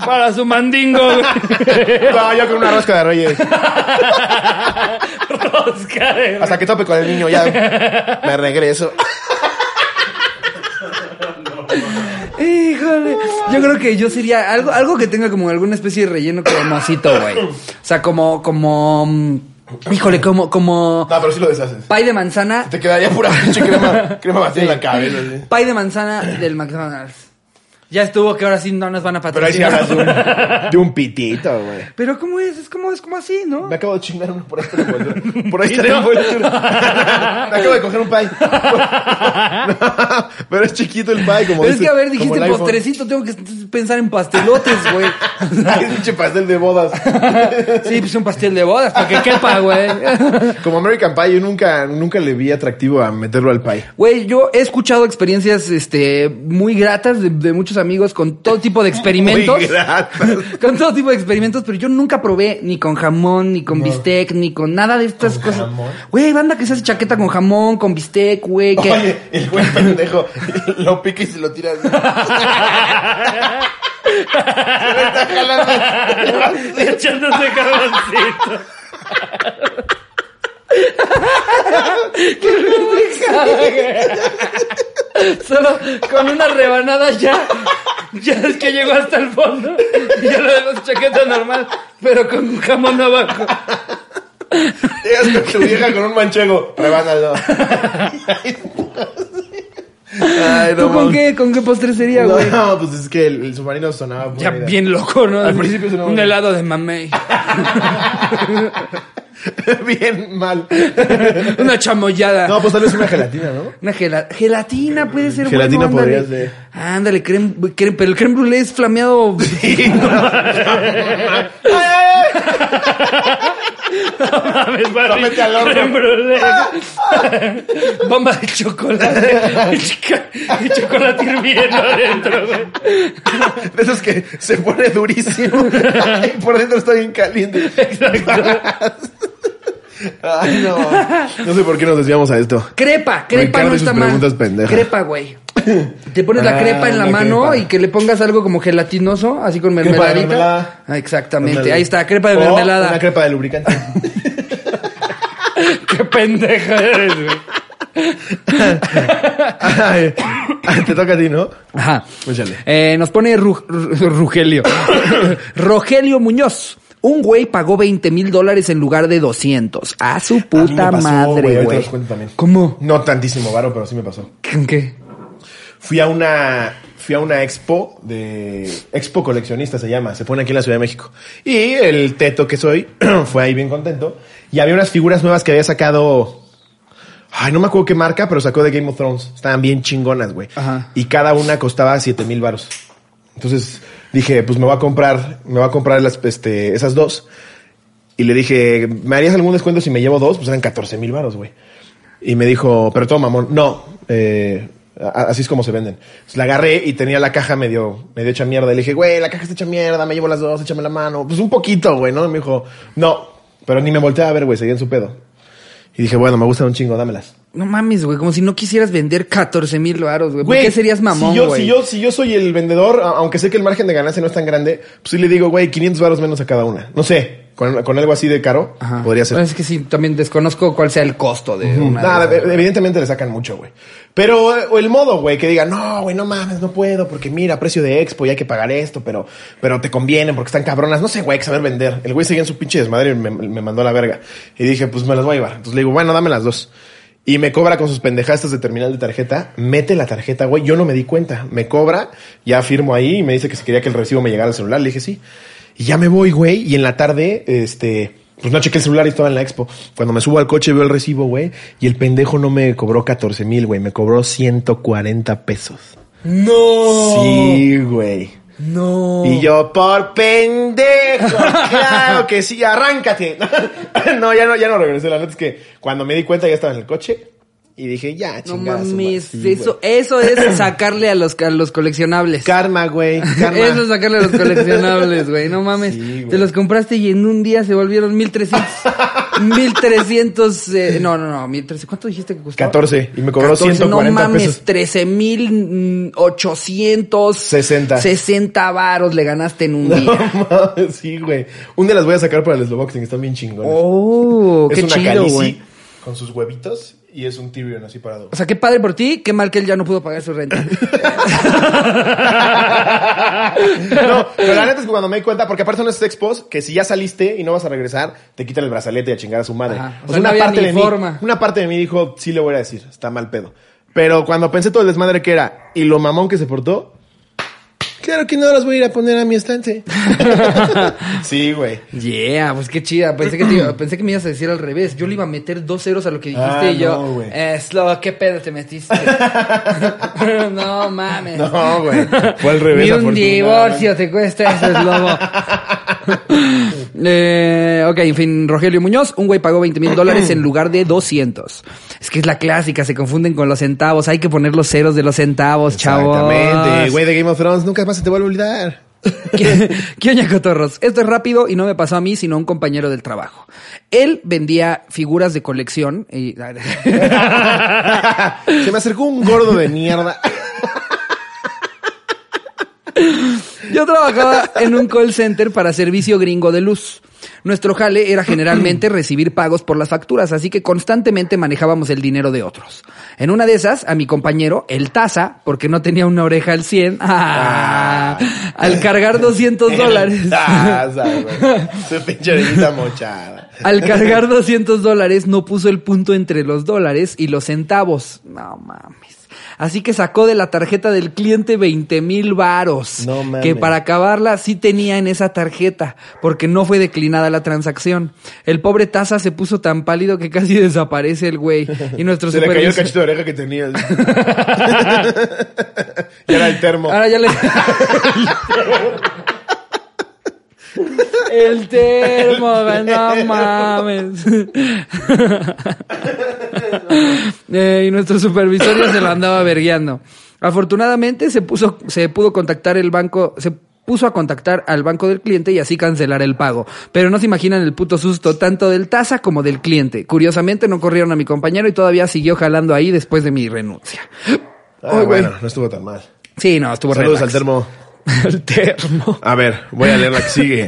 Para su mandingo, güey. No, yo con una rosca de reyes. Rosca de- Hasta que tope con el niño, ya me regreso. Híjole. Yo creo que yo sería algo, algo que tenga como alguna especie de relleno cremosito, güey. O sea, como, como. mm, Híjole, como, como. No, pero sí lo deshaces. Pay de manzana Te quedaría pura pinche crema, crema vacía en la cabeza. sí. Pay de manzana del McDonald's. Ya estuvo que ahora sí no nos van a Pero ahí sí patrocinar. hablas de un, de un pitito, güey. Pero ¿cómo es? Es como, es como así, ¿no? Me acabo de chingar uno por esta envoltura. Por esta envoltura. Me acabo de coger un pie. Pero es chiquito el pie, como Pero es dice- que, a ver, como dijiste el iPhone. postrecito, tengo que... pensar en pastelotes, güey. Ay, pinche pastel de bodas. Sí, pues un pastel de bodas, para que quepa, güey. Como American Pie, yo nunca, nunca le vi atractivo a meterlo al pie. Güey, yo he escuchado experiencias este, muy gratas de, de muchos amigos con todo tipo de experimentos. Muy gratas. con todo tipo de experimentos, pero yo nunca probé ni con jamón, ni con bistec, ni con nada de estas ¿Con cosas. jamón? Güey, banda que se hace chaqueta con jamón, con bistec, güey. Que... Oye, el buen pendejo lo pica y se lo tira. así. Se lo está jalando. Echándose carboncito. Solo con una rebanada ya. Ya es que llegó hasta el fondo. Y ya lo de los chaqueta normal, pero con un jamón abajo. Llegas con tu vieja con un manchego. Rebánalo. Ay, ¿Tú con mames. qué, con qué postre sería, güey? No, pues es que el, el submarino sonaba buena Ya idea. bien loco, ¿no? Al principio sonaba Un bien. helado de mamey. bien mal. Una chamoyada. No, pues tal vez una gelatina, ¿no? Una gela- gelatina puede ser Gelatina bueno, ándale. podría ser. Ándale, creme, creme- pero el creme brulee es flameado. Mames, Barry. mete al horno. Creme brûlée. bomba de chocolate. Y chocolate hirviendo adentro, güey. De esos que se pone durísimo. Y por dentro está bien caliente. Ay, no. No sé por qué nos desviamos a esto. Crepa, Me crepa encantan no sus está mal. preguntas pendejas. Crepa, güey. Te pones la Ah, crepa en la la mano crepa. y que le pongas algo como gelatinoso, así con de mermeladita. mermelada. Ah, exactamente, ahí está, crepa de O mermelada. Oh, Una crepa de lubricante. Qué pendeja eres, güey. Ay, te toca a ti, ¿no? Ajá. Échale. Eh, nos pone Ru- Ru- Rugelio. Rogelio Muñoz. Un güey pagó 20 mil dólares en lugar de 200. A su puta A mí me pasó, güey, madre, ahorita güey. los cuento también. ¿Cómo? No tantísimo varo, pero sí me pasó. ¿Con qué? Fui a una fui a una expo de Expo Coleccionista se llama, se pone aquí en la Ciudad de México. Y el teto que soy fue ahí bien contento y había unas figuras nuevas que había sacado Ay, no me acuerdo qué marca, pero sacó de Game of Thrones. Estaban bien chingonas, güey. Ajá. Y cada una costaba 7 mil varos. Entonces dije, pues me voy a comprar, me voy a comprar las, este, esas dos. Y le dije, ¿me harías algún descuento si me llevo dos? Pues eran 14 mil varos, güey. Y me dijo, pero toma, mamón, no, eh, a- así es como se venden. Entonces, la agarré y tenía la caja medio, medio hecha mierda. Y le dije, güey, la caja está hecha mierda, me llevo las dos, échame la mano. Pues un poquito, güey, ¿no? Y me dijo, no, pero ni me volteaba a ver, güey, seguía en su pedo. Y dije, bueno, me gustan un chingo, dámelas. No mames, güey. Como si no quisieras vender 14 mil baros, güey. ¿Por Güey, qué serías mamón, si yo, güey? si, yo, si yo soy el vendedor, a- aunque sé que el margen de ganancia no es tan grande, pues sí le digo, güey, 500 varos menos a cada una. No sé, con, con algo así de caro, Ajá. Pues podría ser. Es que sí, también desconozco cuál sea el costo de una. Nada, de esas. ev- evidentemente le sacan mucho, güey. Pero eh, o el modo, güey, que diga, no, güey, no mames, no puedo, porque mira, precio de expo y hay que pagar esto, pero, pero te conviene porque están cabronas. No sé, güey, hay que saber vender. El güey seguía en su pinche desmadre y me, me mandó a la verga. Y dije, pues me las voy a llevar. Entonces le digo, bueno, dame las dos. Y me cobra con sus pendejastas de terminal de tarjeta. Mete la tarjeta, güey. Yo no me di cuenta. Me cobra, ya firmo ahí y me dice que si quería que el recibo me llegara al celular. Le dije, sí. Y ya me voy, güey. Y en la tarde, este, pues no chequé el celular y estaba en la expo. Cuando me subo al coche veo el recibo, güey. Y el pendejo no me cobró 14 mil, güey. Me cobró 140 pesos. No. Sí, güey. No. Y yo, por pendejo, claro que sí, arráncate. No, ya no, ya no regresé. La neta es que cuando me di cuenta ya estaba en el coche y dije, ya, No chingada. su madre. mames. Sí, eso, güey. eso es sacarle a los, a los coleccionables. Karma, güey. Karma. Eso es sacarle a los coleccionables, güey. No mames. Sí, güey. Te los compraste y en un día se volvieron 1300. 1300. eh, no, no, no. 1300. ¿Cuánto dijiste que costaba? 14 y me cobró 140 No mames. pesos. 13,800. 60. 60 varos le ganaste en un No día. mames, sí, güey. Un día las voy a sacar para el Slowboxing, están bien chingones. Oh, es qué una chido, Khaleesi güey. con sus huevitos y es un Tyrion así parado. O sea, qué padre por ti, qué mal que él ya no pudo pagar su renta. no, pero la neta es que cuando me di cuenta, porque aparte son esos expos que si ya saliste y no vas a regresar, te quitan el brazalete y a chingar a su madre. Ajá. O O sea, sea, no una, había parte ni de mí, forma. una parte de mí dijo, sí le voy a decir, está mal pedo. Pero cuando pensé todo el desmadre que era y lo mamón que se portó, Claro que no las voy a ir a poner a mi estante. Sí, güey. Yeah, pues qué chida. Pensé que, te iba- pensé que me ibas a decir al revés. Yo le iba a meter dos ceros a lo que dijiste Ah, y yo. no, güey. eh, Slow, ¿qué pedo te metiste? no mames. No, güey. Fue al revés. Ni un afortunadamente. divorcio te cuesta eso, es lobo. Eh, ok, en fin, Rogelio Muñoz, un güey pagó 20 mil dólares en lugar de 200. Es que es la clásica, se confunden con los centavos. Hay que poner los ceros de los centavos, chavos. Exactamente, Güey de Game of Thrones, nunca más se te va a olvidar. ¿Qué, qué oña, cotorros? Esto es rápido y no me pasó a mí, sino a un compañero del trabajo. Él vendía figuras de colección. Y... Se me acercó un gordo de mierda. Yo trabajaba en un call center para servicio gringo de luz. Nuestro jale era generalmente recibir pagos por las facturas, así que constantemente manejábamos el dinero de otros. En una de esas, a mi compañero, el Taza, porque no tenía una oreja al 100, ah, al cargar Ah, 200 dólares. Taza, Ah, güey. Su pinche orejita mochada. Al cargar 200 dólares no puso el punto entre los dólares y los centavos. No mames. Así que sacó de la tarjeta del cliente 20 mil varos. No mames. Que para acabarla sí tenía en esa tarjeta, porque no fue declinada la transacción. El pobre Taza se puso tan pálido que casi desaparece el güey. Y nuestro Se le cayó el supervisor- cachito de oreja que tenía. y era el termo. Ahora ya le... El termo, güey, no mames. Eh, y nuestro supervisor ya se lo andaba vergueando. Afortunadamente se puso, se pudo contactar el banco, se puso a contactar al banco del cliente y así cancelar el pago. Pero no se imaginan el puto susto tanto del tasa como del cliente. Curiosamente no corrieron a mi compañero y todavía siguió jalando ahí después de mi renuncia. Ah, Ay, güey. bueno, no estuvo tan mal. Sí, no, estuvo Saludos relax. al termo. El termo. A ver, voy a leer la que sigue.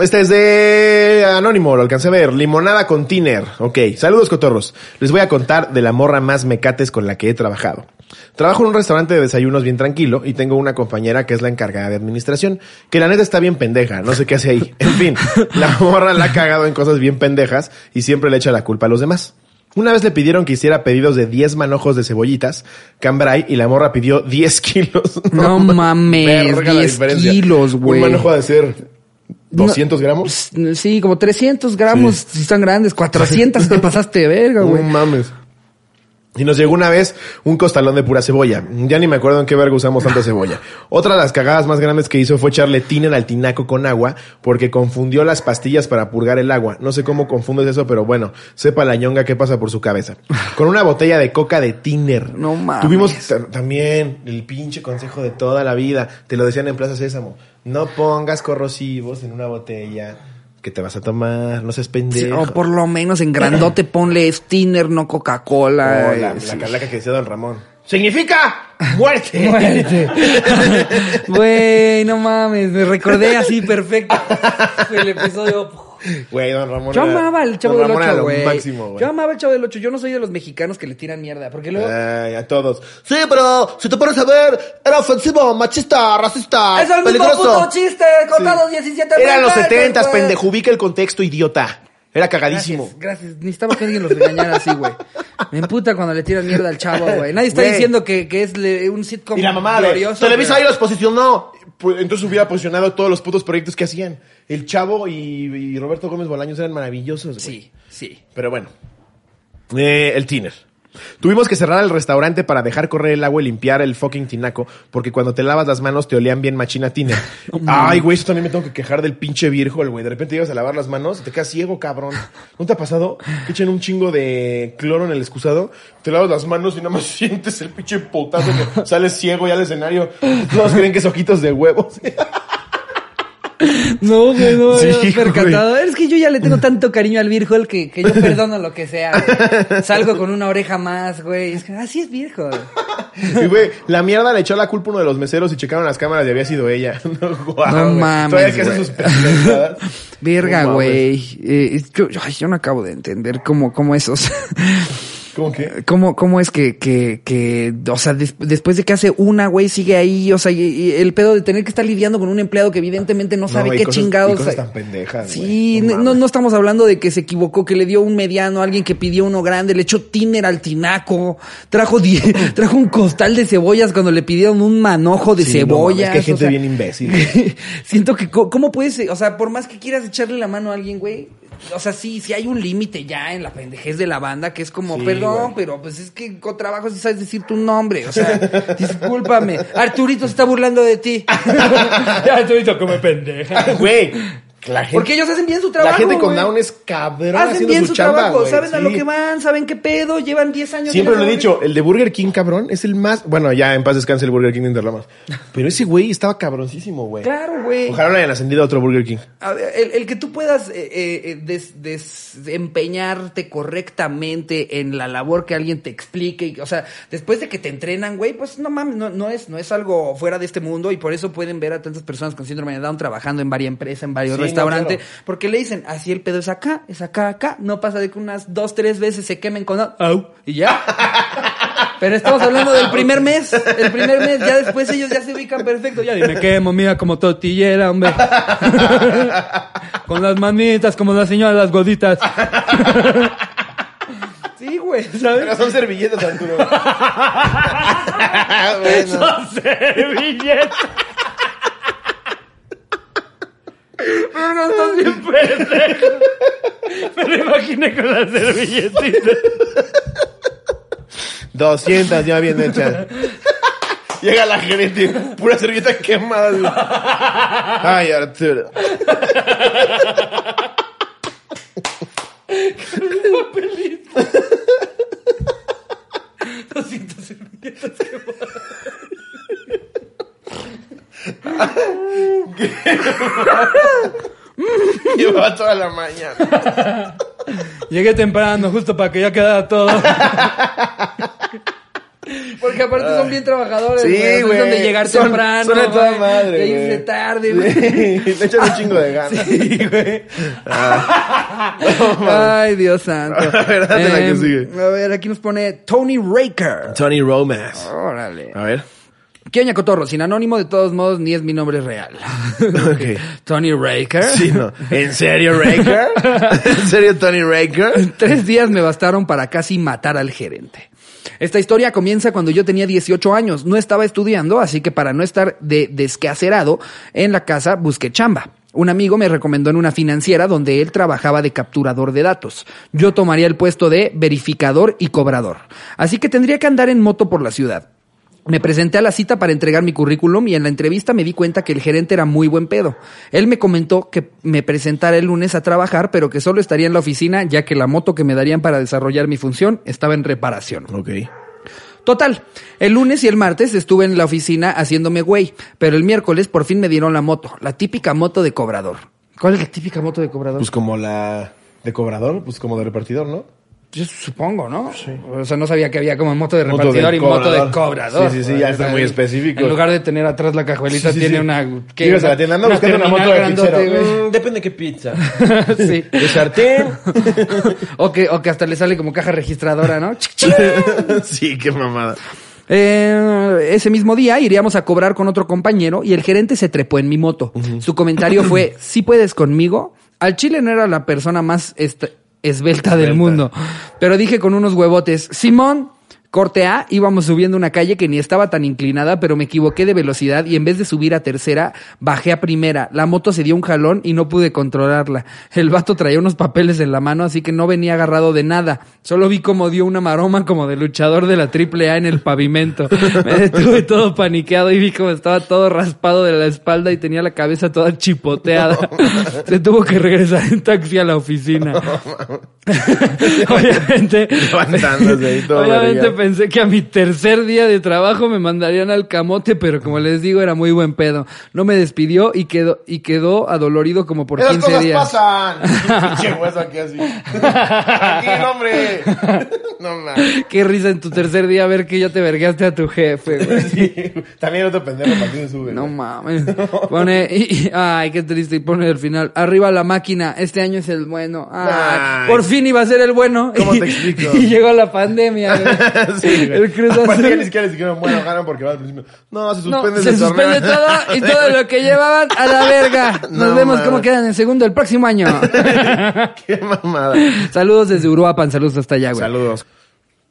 Esta es de Anónimo, lo alcancé a ver. Limonada con Tiner. Ok, saludos cotorros. Les voy a contar de la morra más mecates con la que he trabajado. Trabajo en un restaurante de desayunos bien tranquilo y tengo una compañera que es la encargada de administración, que la neta está bien pendeja, no sé qué hace ahí. En fin, la morra la ha cagado en cosas bien pendejas y siempre le echa la culpa a los demás. Una vez le pidieron que hiciera pedidos de 10 manojos de cebollitas, cambray, y la morra pidió 10 kilos. No mames, verga la 10 diferencia. kilos, güey. Un manojo ha de ser 200 No, gramos. s- Pues, Sí, como 300 gramos, si están grandes. 400 te pasaste de verga, No güey. mames. Y nos llegó una vez un costalón de pura cebolla. Ya ni me acuerdo en qué verga usamos tanta cebolla. Otra de las cagadas más grandes que hizo fue echarle tiner al tinaco con agua porque confundió las pastillas para purgar el agua. No sé cómo confundes eso, pero bueno, sepa la ñonga qué pasa por su cabeza. Con una botella de coca de tiner. No mames. Tuvimos ta- también el pinche consejo de toda la vida. Te lo decían en Plaza Sésamo. No pongas corrosivos en una botella que te vas a tomar. No seas Sí, pendejo. O por lo menos en grandote ponle Stinner, no Coca-Cola. Oh, la, eh, la sí. calaca que decía Don Ramón. Significa muerte. Muerte. Güey, no mames, me recordé así perfecto el episodio. Güey, Don Ramón. Yo era- amaba al Chavo Don del Ramón era Ocho, lo güey. máximo, güey. Yo amaba al Chavo del Ocho. Yo no soy de los mexicanos que le tiran mierda, porque luego... Ay, a todos. Sí, pero si te pones a ver, era ofensivo, machista, racista, ¡Es el mismo peligroso. puto chiste! Cortado 17 Eran los veces, 70, güey. pendejo. Ubica el contexto, idiota. Era cagadísimo. Gracias, gracias. Necesitaba que alguien los regañara así, güey. Me emputa cuando le tiran mierda al chavo, güey. Nadie está Güey. diciendo que, que es le- un sitcom Y la mamá de glorioso. Televisa ahí pero- los posicionó. Pues, Entonces hubiera posicionado todos los putos proyectos que hacían. El Chavo y, y Roberto Gómez Bolaños eran maravillosos. güey. Sí, sí. Pero bueno. Eh, el tiner. Tuvimos que cerrar el restaurante para dejar correr el agua y limpiar el fucking tinaco, porque cuando te lavas las manos te olían bien machina tiner. Ay, güey, eso también me tengo que quejar del pinche virgo, güey. De repente llegas a lavar las manos y te quedas ciego, cabrón. ¿No te ha pasado? Te Echan un chingo de cloro en el excusado, te lavas las manos y nada más sientes el pinche potazo que sales ciego ya al escenario. Todos creen que es ojitos de huevos. No, güey, no Sí, me güey. había percatado. Es que yo ya le tengo tanto cariño al Virgol que, que yo perdono lo que sea. güey. Salgo con una oreja más, güey. Es que así es Virgol. Y güey, la mierda le echó la culpa a uno de los meseros y checaron las cámaras y había sido ella. No, guau, No güey. mames, Todavía que hace güey. sus pendejadas. Verga, No mames. güey. Eh, yo, yo- ay, yo no acabo de entender cómo, cómo esos. ¿Cómo que? ¿Cómo, cómo es que, que, que, o sea, des- después de que hace una, güey, sigue ahí, o sea, y, y el pedo de tener que estar lidiando con un empleado que evidentemente no sabe güey, qué cosas- chingados. y cosas hay. tan pendejas, Sí, güey. No no, no, mames. no estamos hablando de que se equivocó, que le dio un mediano a alguien que pidió uno grande, le echó tiner al tinaco, trajo die- trajo un costal de cebollas cuando le pidieron un manojo de Sí, no mames, cebollas. que hay o gente sea, bien imbécil. Siento que, co- ¿cómo puedes? eh, O sea, por más que quieras echarle la mano a alguien, güey. O sea, sí, sí hay un límite ya en la pendejez de la banda que es como, Sí, perdón, güey. pero pues es que con trabajo sí sabes decir tu nombre. O sea, discúlpame. Arturito se está burlando de ti. Ya, Arturito come pendeja. Güey, la gente, Porque ellos hacen bien su trabajo. la gente con güey. Down es cabrón Hacen haciendo bien su, su chamba, trabajo, güey. saben a Sí. lo que van, saben qué pedo, llevan 10 años. Siempre en lo he esa dicho, el de Burger King, cabrón, es el más. Bueno, ya en paz descanse el Burger King de Interlomas. Pero ese güey estaba cabroncísimo, güey. madre. Claro, güey. Ojalá no hayan ascendido a otro Burger King. A ver, El, el que tú puedas eh, eh, eh, des- desempeñarte correctamente en la labor que alguien te explique. y- O sea, después de que te entrenan, güey, pues no mames, no, no es, no es algo fuera de este mundo y por eso pueden ver a tantas personas con síndrome de Down trabajando en varias empresas, en varios Sí, no, restaurantes, claro. porque le dicen, así el pedo es acá, es acá, acá. No pasa de que unas dos, tres veces se quemen con... ¡Au! Y ya. Pero estamos hablando del primer mes. El primer mes, ya después ellos ya se ubican perfecto. Ya dime, Me quemo, mira, como tortillera, hombre. Con las manitas, como la señora de las goditas. sí, güey, ¿sabes? Pero son servilletas, Arturo. bueno. Servilleta. Pero no estás bien Me lo imaginé con la servilletita. 200 ya bien hechas. Llega la gerente, pura servilleta quemada. güey. Ay, Arturo. Lo siento, servilletas que van. Llevaba toda la mañana. Llegué temprano, justo para que ya quedara todo. Porque aparte son bien trabajadores, Sí, güey. O sea, güey. Es donde llegar Son- temprano. son de toda güey, madre, de irse güey. tarde, güey. Le echan un chingo de ganas. Ah. Ay, Dios santo. Em, A ver, date la que sigue. A ver, aquí nos pone Tony Raker. Tony Romas. Órale. A ver. ¿Qué oña cotorro? Sin anónimo, de todos modos, ni es mi nombre real. Ok. Tony Raker. Sí, no. ¿En serio, Raker? ¿En serio, Tony Raker? Tres días me bastaron para casi matar al gerente. Esta historia comienza cuando yo tenía 18 años. No estaba estudiando, así que para no estar de desquacerado en la casa busqué chamba. Un amigo me recomendó en una financiera donde él trabajaba de capturador de datos. Yo tomaría el puesto de verificador y cobrador. Así que tendría que andar en moto por la ciudad. Me presenté a la cita para entregar mi currículum y en la entrevista me di cuenta que el gerente era muy buen pedo. Él me comentó que me presentara el lunes a trabajar, pero que solo estaría en la oficina ya que la moto que me darían para desarrollar mi función estaba en reparación. Ok. Total, el lunes y el martes estuve en la oficina haciéndome güey, pero el miércoles por fin me dieron la moto, la típica moto de cobrador. ¿Cuál es la típica moto de cobrador? Pues como la de cobrador, pues como de repartidor, ¿no? Yo supongo, ¿no? O sea, no sabía que había como moto de Moto repartidor de y moto de cobrador. cobrador. Sí, sí, sí, ya está muy específico. En lugar de tener atrás la cajuelita, Sí, sí, tiene sí. una. Llegas a la tienda, anda buscando una moto de pizzero. Depende de qué pizza. pizzero. sí. De sartén. O que, o que hasta le sale como caja registradora, ¿no? Chic, chic. sí, qué mamada. Eh, ese mismo día iríamos a cobrar con otro compañero y el gerente se trepó en mi moto. Su comentario fue, ¿sí puedes conmigo? Al chile no era la persona más est- esbelta del Esbelta. mundo, pero dije con unos huevotes, Simón, corte A, íbamos subiendo una calle que ni estaba tan inclinada, pero me equivoqué de velocidad y en vez de subir a tercera, bajé a primera. La moto se dio un jalón y no pude controlarla. El vato traía unos papeles en la mano, así que no venía agarrado de nada. Solo vi cómo dio una maroma como de luchador de la AAA en el pavimento. Me detuve todo paniqueado y vi cómo estaba todo raspado de la espalda y tenía la cabeza toda chipoteada. Se tuvo que regresar en taxi a la oficina. obviamente. Levantándose ahí todo obviamente verga. pensé que a mi tercer día de trabajo me mandarían al camote, pero como les digo, era muy buen pedo. No me despidió y quedó, y quedó adolorido como por Esas 15 cosas días. pasan. Pinche hueso aquí así. Aquí, hombre. No mames. Qué risa en tu tercer día ver que ya te vergaste a tu jefe, güey. Sí. También otro pendejo partido sube. No mames. Pone, y- y- ay, qué triste. Y pone el final, arriba la máquina, este año es el bueno. Ay, Ay. por fin iba a ser el bueno. ¿Cómo te Y- explico? Y llegó la pandemia. güey. Sí, güey. el Cruz Aparte, ya Azul. ni siquiera les dijeron, bueno, ganan porque van al principio. No, se No, suspende se el torneo. suspende todo y todo lo que llevaban a la verga. Nos No vemos mames. cómo quedan en segundo el próximo año. Qué mamada. saludos desde Uruapan, saludos hasta allá, güey. Saludos.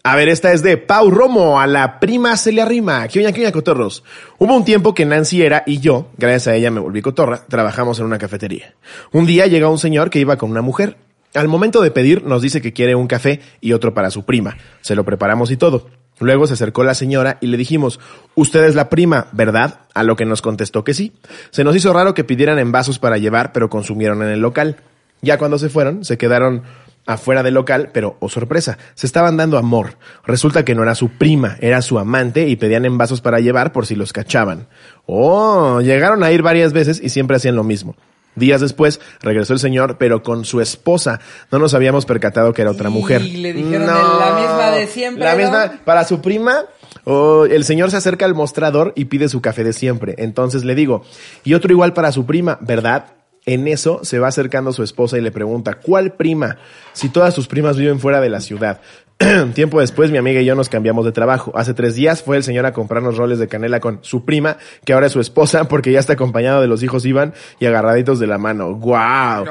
A ver, esta es de Pau Romo, a la prima se le arrima. ¿Qué oña, qué oña, cotorros? Hubo un tiempo que Nancy era y yo, gracias a ella me volví cotorra, trabajamos en una cafetería. Un día llega un señor que iba con una mujer. Al momento de pedir, nos dice que quiere un café y otro para su prima. Se lo preparamos y todo. Luego se acercó la señora y le dijimos, usted es la prima, ¿verdad? A lo que nos contestó que sí. Se nos hizo raro que pidieran en vasos para llevar, pero consumieron en el local. Ya cuando se fueron, se quedaron afuera del local, pero, oh sorpresa, se estaban dando amor. Resulta que no era su prima, era su amante y pedían en vasos para llevar por si los cachaban. Oh, llegaron a ir varias veces y siempre hacían lo mismo. Días después regresó el señor, pero con su esposa. No nos habíamos percatado que era otra Y mujer. le dijeron el- la misma de siempre, La ¿no? misma para su prima. Oh, el señor se acerca al mostrador y pide su café de siempre. Entonces le digo, y otro igual para su prima, ¿verdad? En eso se va acercando su esposa y le pregunta, ¿cuál prima? Si todas sus primas viven fuera de la ciudad. Tiempo después mi amiga y yo nos cambiamos de trabajo. Hace tres días fue el señor a comprarnos roles de canela con su prima, que ahora es su esposa, porque ya está acompañado de los hijos Iván y agarraditos de la mano. ¡Guau!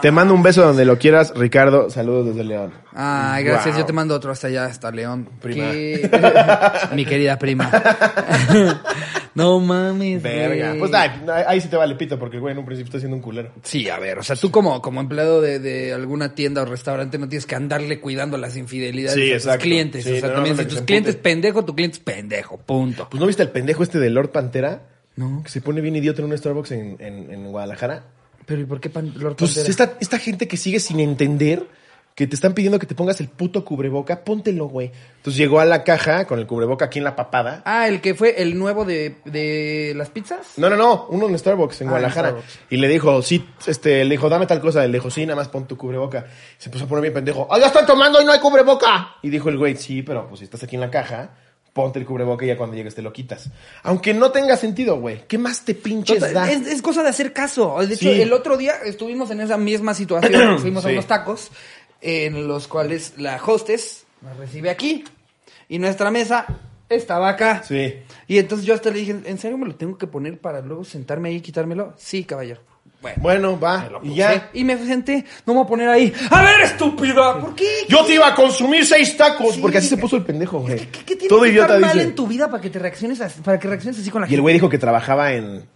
Te mando un beso donde lo quieras, Ricardo. Saludos desde León. Ay, gracias. Wow. Yo te mando otro hasta allá, hasta León. Prima. Qué- Mi querida prima. no mames. Verga. güey. Pues ay, ay, ahí sí te vale pito, porque el güey en un principio está siendo un culero. Sí, a ver, o sea, tú como, como empleado de, de alguna tienda o restaurante no tienes que andarle cuidando las infidelidades Sí, de tus exacto. clientes. Sí, o sea, no, también no, si no, que tus se clientes empute. pendejo, tu cliente es pendejo, punto. Pues no viste al pendejo este de Lord Pantera. No. Que se pone bien idiota en un Starbucks en, en- en Guadalajara. Pero ¿y por qué pan, Lord Pues Pantera? esta, esta gente que sigue sin entender que te están pidiendo que te pongas el puto cubreboca, póntelo, güey. Entonces llegó a la caja con el cubreboca aquí en la papada. Ah, el que fue el nuevo de, de las pizzas. No, no, no, uno en Starbucks en Ah, Guadalajara. en Starbucks. Y le dijo, sí, este, le dijo, dame tal cosa. Le dijo, sí, nada más pon tu cubreboca. Se puso a poner bien pendejo. ¡Ah, ya están tomando y no hay cubreboca! Y dijo el güey, sí, pero pues si estás aquí en la caja, ponte el cubreboca y ya cuando llegues te lo quitas. Aunque no tenga sentido, güey. ¿Qué más te pinches Total, da? Es, es cosa de hacer caso. De hecho, Sí. el otro día estuvimos en esa misma situación. Fuimos a Sí. unos tacos en los cuales la hostess nos recibe aquí y nuestra mesa estaba acá. Sí. Y entonces yo hasta le dije, ¿en serio me lo tengo que poner para luego sentarme ahí y quitármelo? Sí, caballero. Bueno. Bueno, va. Y ya. Y me senté, no me voy a poner ahí. A ver, estúpida, ¿por qué? Yo te iba a consumir seis tacos. Sí. Porque así se puso el pendejo, ¿Qué, güey. qué- qué tiene Todo que idiota estar mal dice. en tu vida para que te reacciones así, para que reacciones así con la Y el gente? güey dijo que trabajaba en.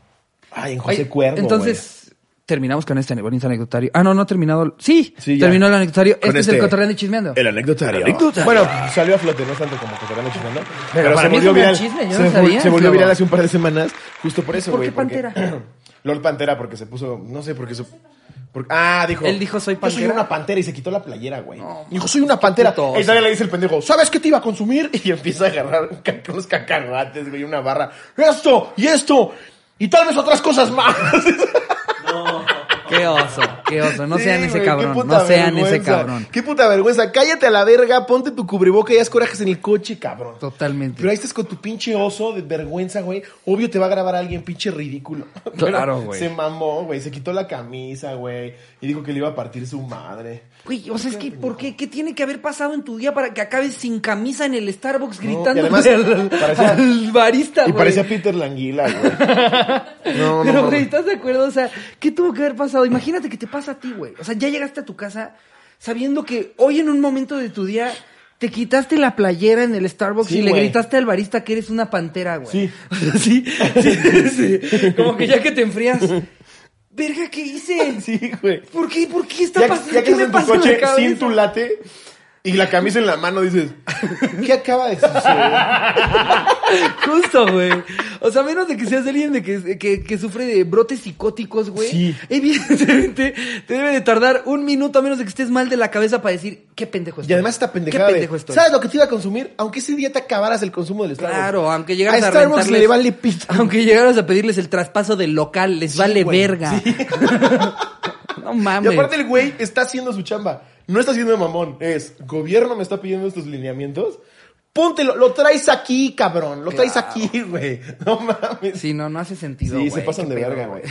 Ay, en José Oye, Pues Cuervo. güey. Entonces, terminamos con este bonito anecdotario. Ah, no, no ha terminado. Sí, Sí, ya. terminó el anecdotario. Con Este, es el este- cotorreando y chismeando. El anecdotario. anecdotario. Bueno, salió a flote, no es tanto como que te chismeando. Pero, para se mí es volvió un gran viral. chisme, yo se, no vol- sabía, se volvió claro. viral hace un par de semanas, justo por eso, ¿Por güey. qué porque- Pantera? Lord Pantera, porque se puso. No sé, porque se. porque- ah, dijo. Él dijo, "Soy "Yo pantera". una pantera y se quitó la playera, güey. dijo, soy una pantera. puto Y todavía le dice el pendejo, ¿sabes qué te iba a consumir? Y empieza a agarrar un ca- unos cacahuates, güey, una barra. Esto y esto. Y tal vez otras cosas más. Qué oso, qué oso. No Sí, sean ese güey, qué cabrón. puta No sean ese vergüenza. cabrón. Qué puta vergüenza. Cállate a la verga, ponte tu cubreboca y haz corajes en el coche, cabrón. Totalmente. Pero ahí estás con tu pinche oso de vergüenza, güey. Obvio te va a grabar alguien, pinche ridículo. Claro, Pero güey. Se mamó, güey. Se quitó la camisa, güey. Y dijo que le iba a partir su madre. Güey, o sea, es que, ¿por qué? ¿Qué tiene que haber pasado en tu día para que acabes sin camisa en el Starbucks gritando además, al, parecía- al barista, Y Ah, güey? parecía Peter Languila, güey. No, no, Pero, no. güey, ¿estás de acuerdo? O sea, ¿qué tuvo que haber pasado? Imagínate que te pasa a ti, güey. O sea, ya llegaste a tu casa sabiendo que hoy en un momento de tu día te quitaste la playera en el Starbucks Sí, y le güey. gritaste al barista que eres una pantera, güey. Sí. O sea, sí, sí, sí. Como que ya que te enfrías. Verga, ¿qué hice? Sí, güey. ¿Por qué? ¿Por qué está Ya, pasando? ya ¿Qué que estás me en tu pasa en la coche cabeza? sin tu late, Y la camisa en la mano dices, ¿qué acaba de suceder? Justo, güey. O sea, menos de que seas alguien de que, que, que sufre de brotes psicóticos, güey. Sí. Evidentemente, te debe de tardar un minuto a menos de que estés mal de la cabeza para decir qué pendejo estoy. Y además está pendejada. ¿Qué de, pendejo estoy? ¿Sabes lo que te iba a consumir? Aunque ese día te acabaras el consumo del Starbucks. Claro, aunque llegaras a, a Starbucks le rentarles- vale pito. Aunque llegaras a pedirles el traspaso del local, les vale güey, verga. no Y mames. aparte el güey está haciendo su chamba. No está haciendo de mamón. Es, gobierno me está pidiendo estos lineamientos. Póntelo, lo traes aquí, cabrón. Lo traes aquí, güey. No mames. Sí, no, no hace sentido. Sí, se güey. pasan Qué de pedo, verga, güey.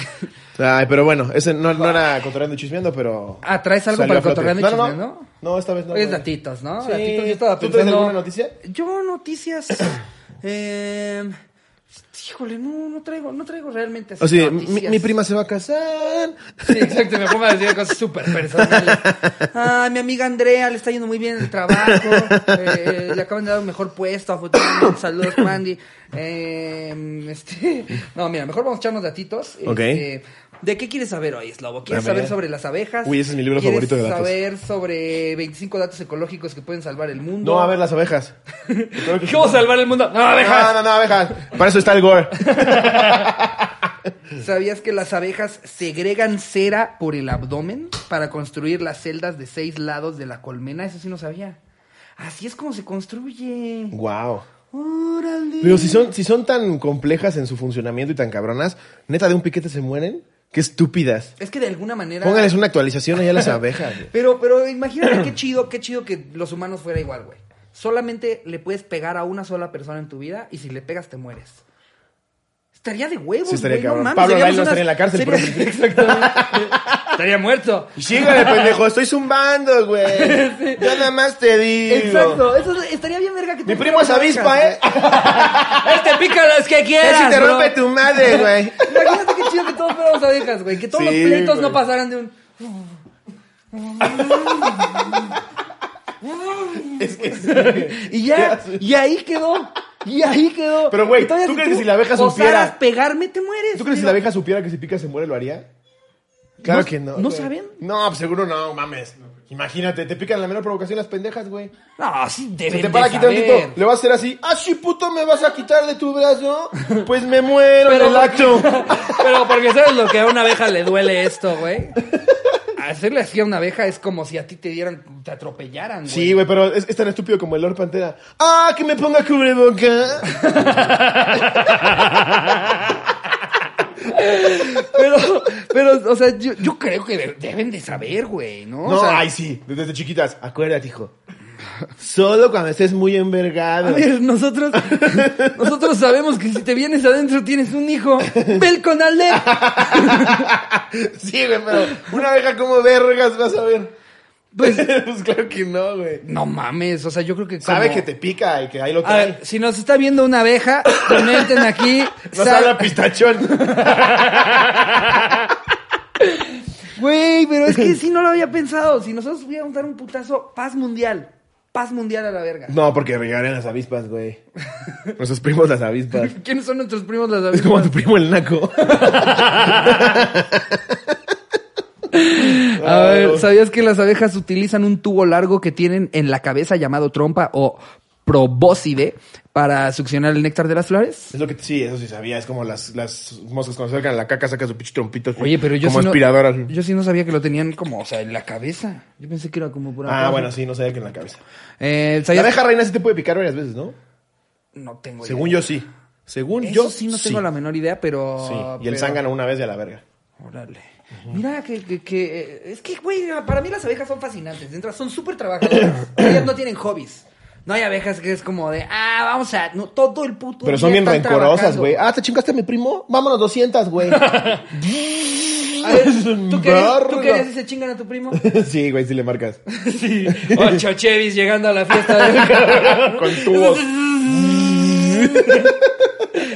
Ay, pero bueno, ese no, no era cotorreando y chismeando, pero. Ah, ¿traes algo salió para a flote. cotorreando y No, no, no. chismeando? No, esta vez no. Es güey. datitos, ¿no? Sí. Datitos. Yo estaba ¿Tú pensando... traes alguna noticia? Yo noticias... eh, híjole, no, no traigo, no traigo realmente así O sea, mi, noticias. mi prima se va a casar. Sí, exacto, me pongo a decir cosas súper personales. Ah, mi amiga Andrea le está yendo muy bien en el trabajo. eh, le acaban de dar un mejor puesto. afortunadamente. Saludos, Mandy. Eh, este, no, mira, mejor vamos a echarnos datitos. Ok. Este, ¿De qué quieres saber hoy, Slobo? ¿Quieres A ver. saber sobre las abejas? Uy, ese es mi libro ¿Quieres favorito de datos. saber sobre 25 datos ecológicos que pueden salvar el mundo? No, a ver las abejas. Creo que- ¿Cómo salvar el mundo? ¡No, abejas! No, no, no, abejas. Para eso está el gore. ¿Sabías que las abejas segregan cera por el abdomen para construir las celdas de seis lados de la colmena? Eso sí no sabía. Así es como se construye. Wow. Órale. Pero si son, si son tan complejas en su funcionamiento y tan cabronas, neta de un piquete se mueren. Qué estúpidas. Es que de alguna manera. Pónganles una actualización allá a las abejas. güey. Pero, pero imagínate qué chido, qué chido que los humanos fuera igual, güey. Solamente le puedes pegar a una sola persona en tu vida y si le pegas te mueres. Estaría de huevos, Sí, estaría güey, cabrón. no mames, Pablo seríamos Lyle no unas- estaría en la cárcel, pero- sería- Exactamente. estaría muerto. Sígale, pendejo, estoy zumbando, güey. Yo nada más te digo. Exacto, eso estaría bien verga que Mi te primo es picaran las avispa, abejas, ¿eh? güey. Él te Este, pica los que Él quieras, sí te bro. rompe tu madre, güey. Imagínate qué chido que todos fuéramos abejas, güey. Que todos Sí, los pleitos güey. no pasaran de un... Es que sí. Y ya, y ahí quedó. Y ahí quedó. Pero, güey, Y todavía ¿tú crees que si la abeja osaras supiera- pegarme, te mueres. ¿Tú crees que si la Pero- abeja supiera que si pica se muere, lo haría? Claro No- que no. ¿no güey. saben? No, pues seguro no, mames. Imagínate, te pican la menor provocación las pendejas, güey. No, sí, deben Se te para de aquí tantito, saber. le vas a hacer así. Ah, sí, puto, me vas a quitar de tu brazo. Pues me muero Pero en el acto. Pero porque sabes lo que a una abeja le duele esto, güey. Hacerle así a una abeja es como si a ti te dieran, te atropellaran, güey. Sí, güey, pero es, es tan estúpido como el Lord Pantera. ¡Ah, que me ponga cubreboca! Pero, pero, o sea, yo, yo creo que de- deben de saber, güey, ¿no? O No, sea, ay, sí, desde chiquitas. Acuérdate, hijo. Solo cuando estés muy A envergado. ver, nosotros, nosotros sabemos que si te vienes adentro tienes un hijo. ¡Vel con Ale! Sí, güey, pero una abeja como vergas vas a ver. Pues, pues claro que no, güey. no mames, o sea, yo creo que. Sabe como- que te pica y que ahí lo A trae. ver, si nos está viendo una abeja, comenten aquí. Nos sa- habla pistachón. Güey, pero es que si no lo había pensado. Si nosotros pudiéramos dar un putazo, paz mundial. Paz mundial a la verga. No, porque regalan las avispas, güey. Nuestros primos las avispas. ¿Quiénes son nuestros primos las Es abejas? como tu primo el naco. A ver, ¿sabías que las abejas utilizan un tubo largo que tienen en la cabeza llamado trompa o probóscide para succionar el néctar de las flores? Es lo que sí, eso sí sabía. Es como las, las moscas cuando se acercan a la caca sacan su pinche trompito. así, Oye, pero yo Como sí aspiradora. no, yo sí no sabía que lo tenían como, o sea, en la cabeza. Yo pensé que era como por Ah, abajo. bueno, sí, no sabía que en la cabeza. Eh, La ¿sabías? abeja reina sí te puede picar varias veces, ¿no? No tengo Según idea. yo sí. Según Eso yo sí no tengo la menor idea, pero Sí, y el pero- Pues zángano una vez de la verga. Órale. Mira, que, que, que, eh, Es que, güey, para mí las abejas son fascinantes. Dentro son súper trabajadoras. Ellas no tienen hobbies. No hay abejas que es como de, ah, vamos a. No, todo el puto. Pero día son bien están rencorosas, trabajando. güey. Ah, ¿te chingaste a mi primo? Vámonos 200, güey. A ver, ¿Tú querías, ¿Tú Verga. querías ese chingan a tu primo? sí, güey, sí le marcas. Sí. Ocho chevis llegando a la fiesta de. Con tubos.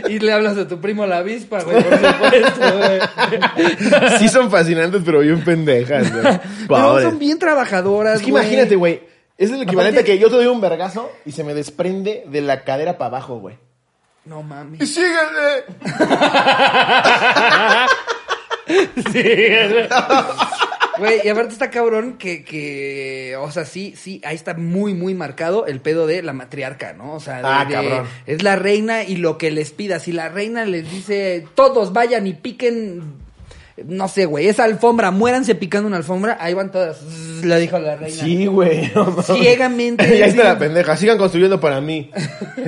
Y le hablas a tu primo la avispa, güey, por supuesto, güey. Sí son fascinantes, pero bien pendejas, güey. No, Pobres. son bien trabajadoras, Es que imagínate, güey. Es el equivalente Aparte- a que yo te doy un vergazo y se me desprende de la cadera para abajo, güey. No mames. ¡Y síguele! Güey, y aparte está cabrón que, que, o sea, sí, sí, ahí está muy, muy marcado el pedo de la matriarca, ¿no? O sea, de- Ah, de- cabrón. es la reina y lo que les pida. Si la reina les dice, todos vayan y piquen, no sé, güey, esa alfombra, muéranse picando una alfombra, ahí van todas, Zzz, lo dijo la reina. Sí, güey. no mames. Ciegamente. ya está sí. la pendeja. Sigan construyendo para mí.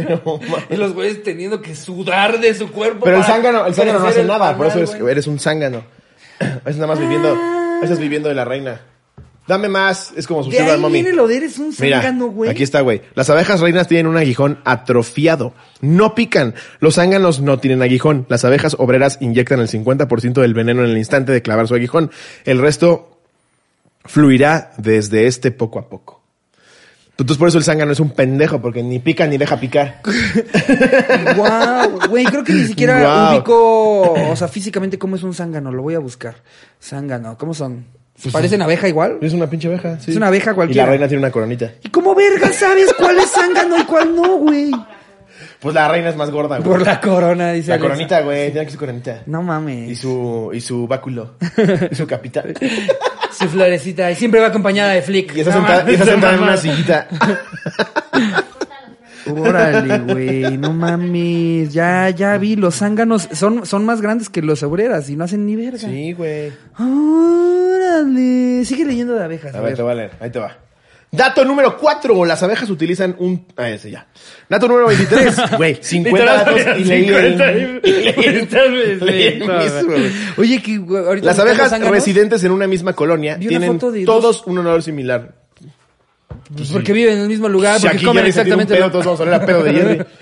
No mames. Y los güeyes teniendo que sudar de su cuerpo. Pero el para- zángano, para el zángano no hacer hace el nada. Por eso panal, eres, güey. Ah. eres un zángano. Es nada más viviendo. Estás viviendo de la reina. Dame más. Es como su De sugar ahí mommy. viene lo de eres un Mira, zángano, güey. aquí está, güey. Las abejas reinas tienen un aguijón atrofiado. No pican. Los zánganos no tienen aguijón. Las abejas obreras inyectan el 50% del veneno en el instante de clavar su aguijón. El resto fluirá desde este poco a poco. Entonces por eso el zángano es un pendejo, porque ni pica ni deja picar. Wow, güey, creo que ni siquiera Guau. ubico, o sea, físicamente cómo es un zángano, lo voy a buscar. Zángano, ¿cómo son? Pues ¿Parecen abeja igual? Es una pinche abeja, sí. Es una abeja cualquiera. Y la reina tiene una coronita. ¿Y cómo verga sabes cuál es zángano y cuál no, güey? Pues la reina es más gorda, güey. Por la corona, dice La Alexa. coronita, güey. Tiene aquí su coronita. No Y mames. su, y su báculo. y su capita. Su florecita, y siempre va acompañada de flick. Y está No sentada, mames, y está no sentada en una mames. sillita. Órale, güey, no mames. Ya, ya vi, los zánganos son, son más grandes que los obreras y no hacen ni verga. Sí, güey. Órale. Sigue leyendo de abejas. A ver, te va a leer. Ahí te va. Dato número 4. Las abejas utilizan un... Ah, ese ya. Dato número 23. Güey, 50 datos y leí el... y leí el- leí el mismo, güey. Oye, que güey, ahorita Las buscando abejas zánganos, residentes en una misma colonia Vi una tienen foto de dos- todos un olor similar. pues, Porque viven en el mismo lugar, Si porque aquí comen Jerry se tira un exactamente. pedo, lo- todos vamos a oler a pedo de Jerry.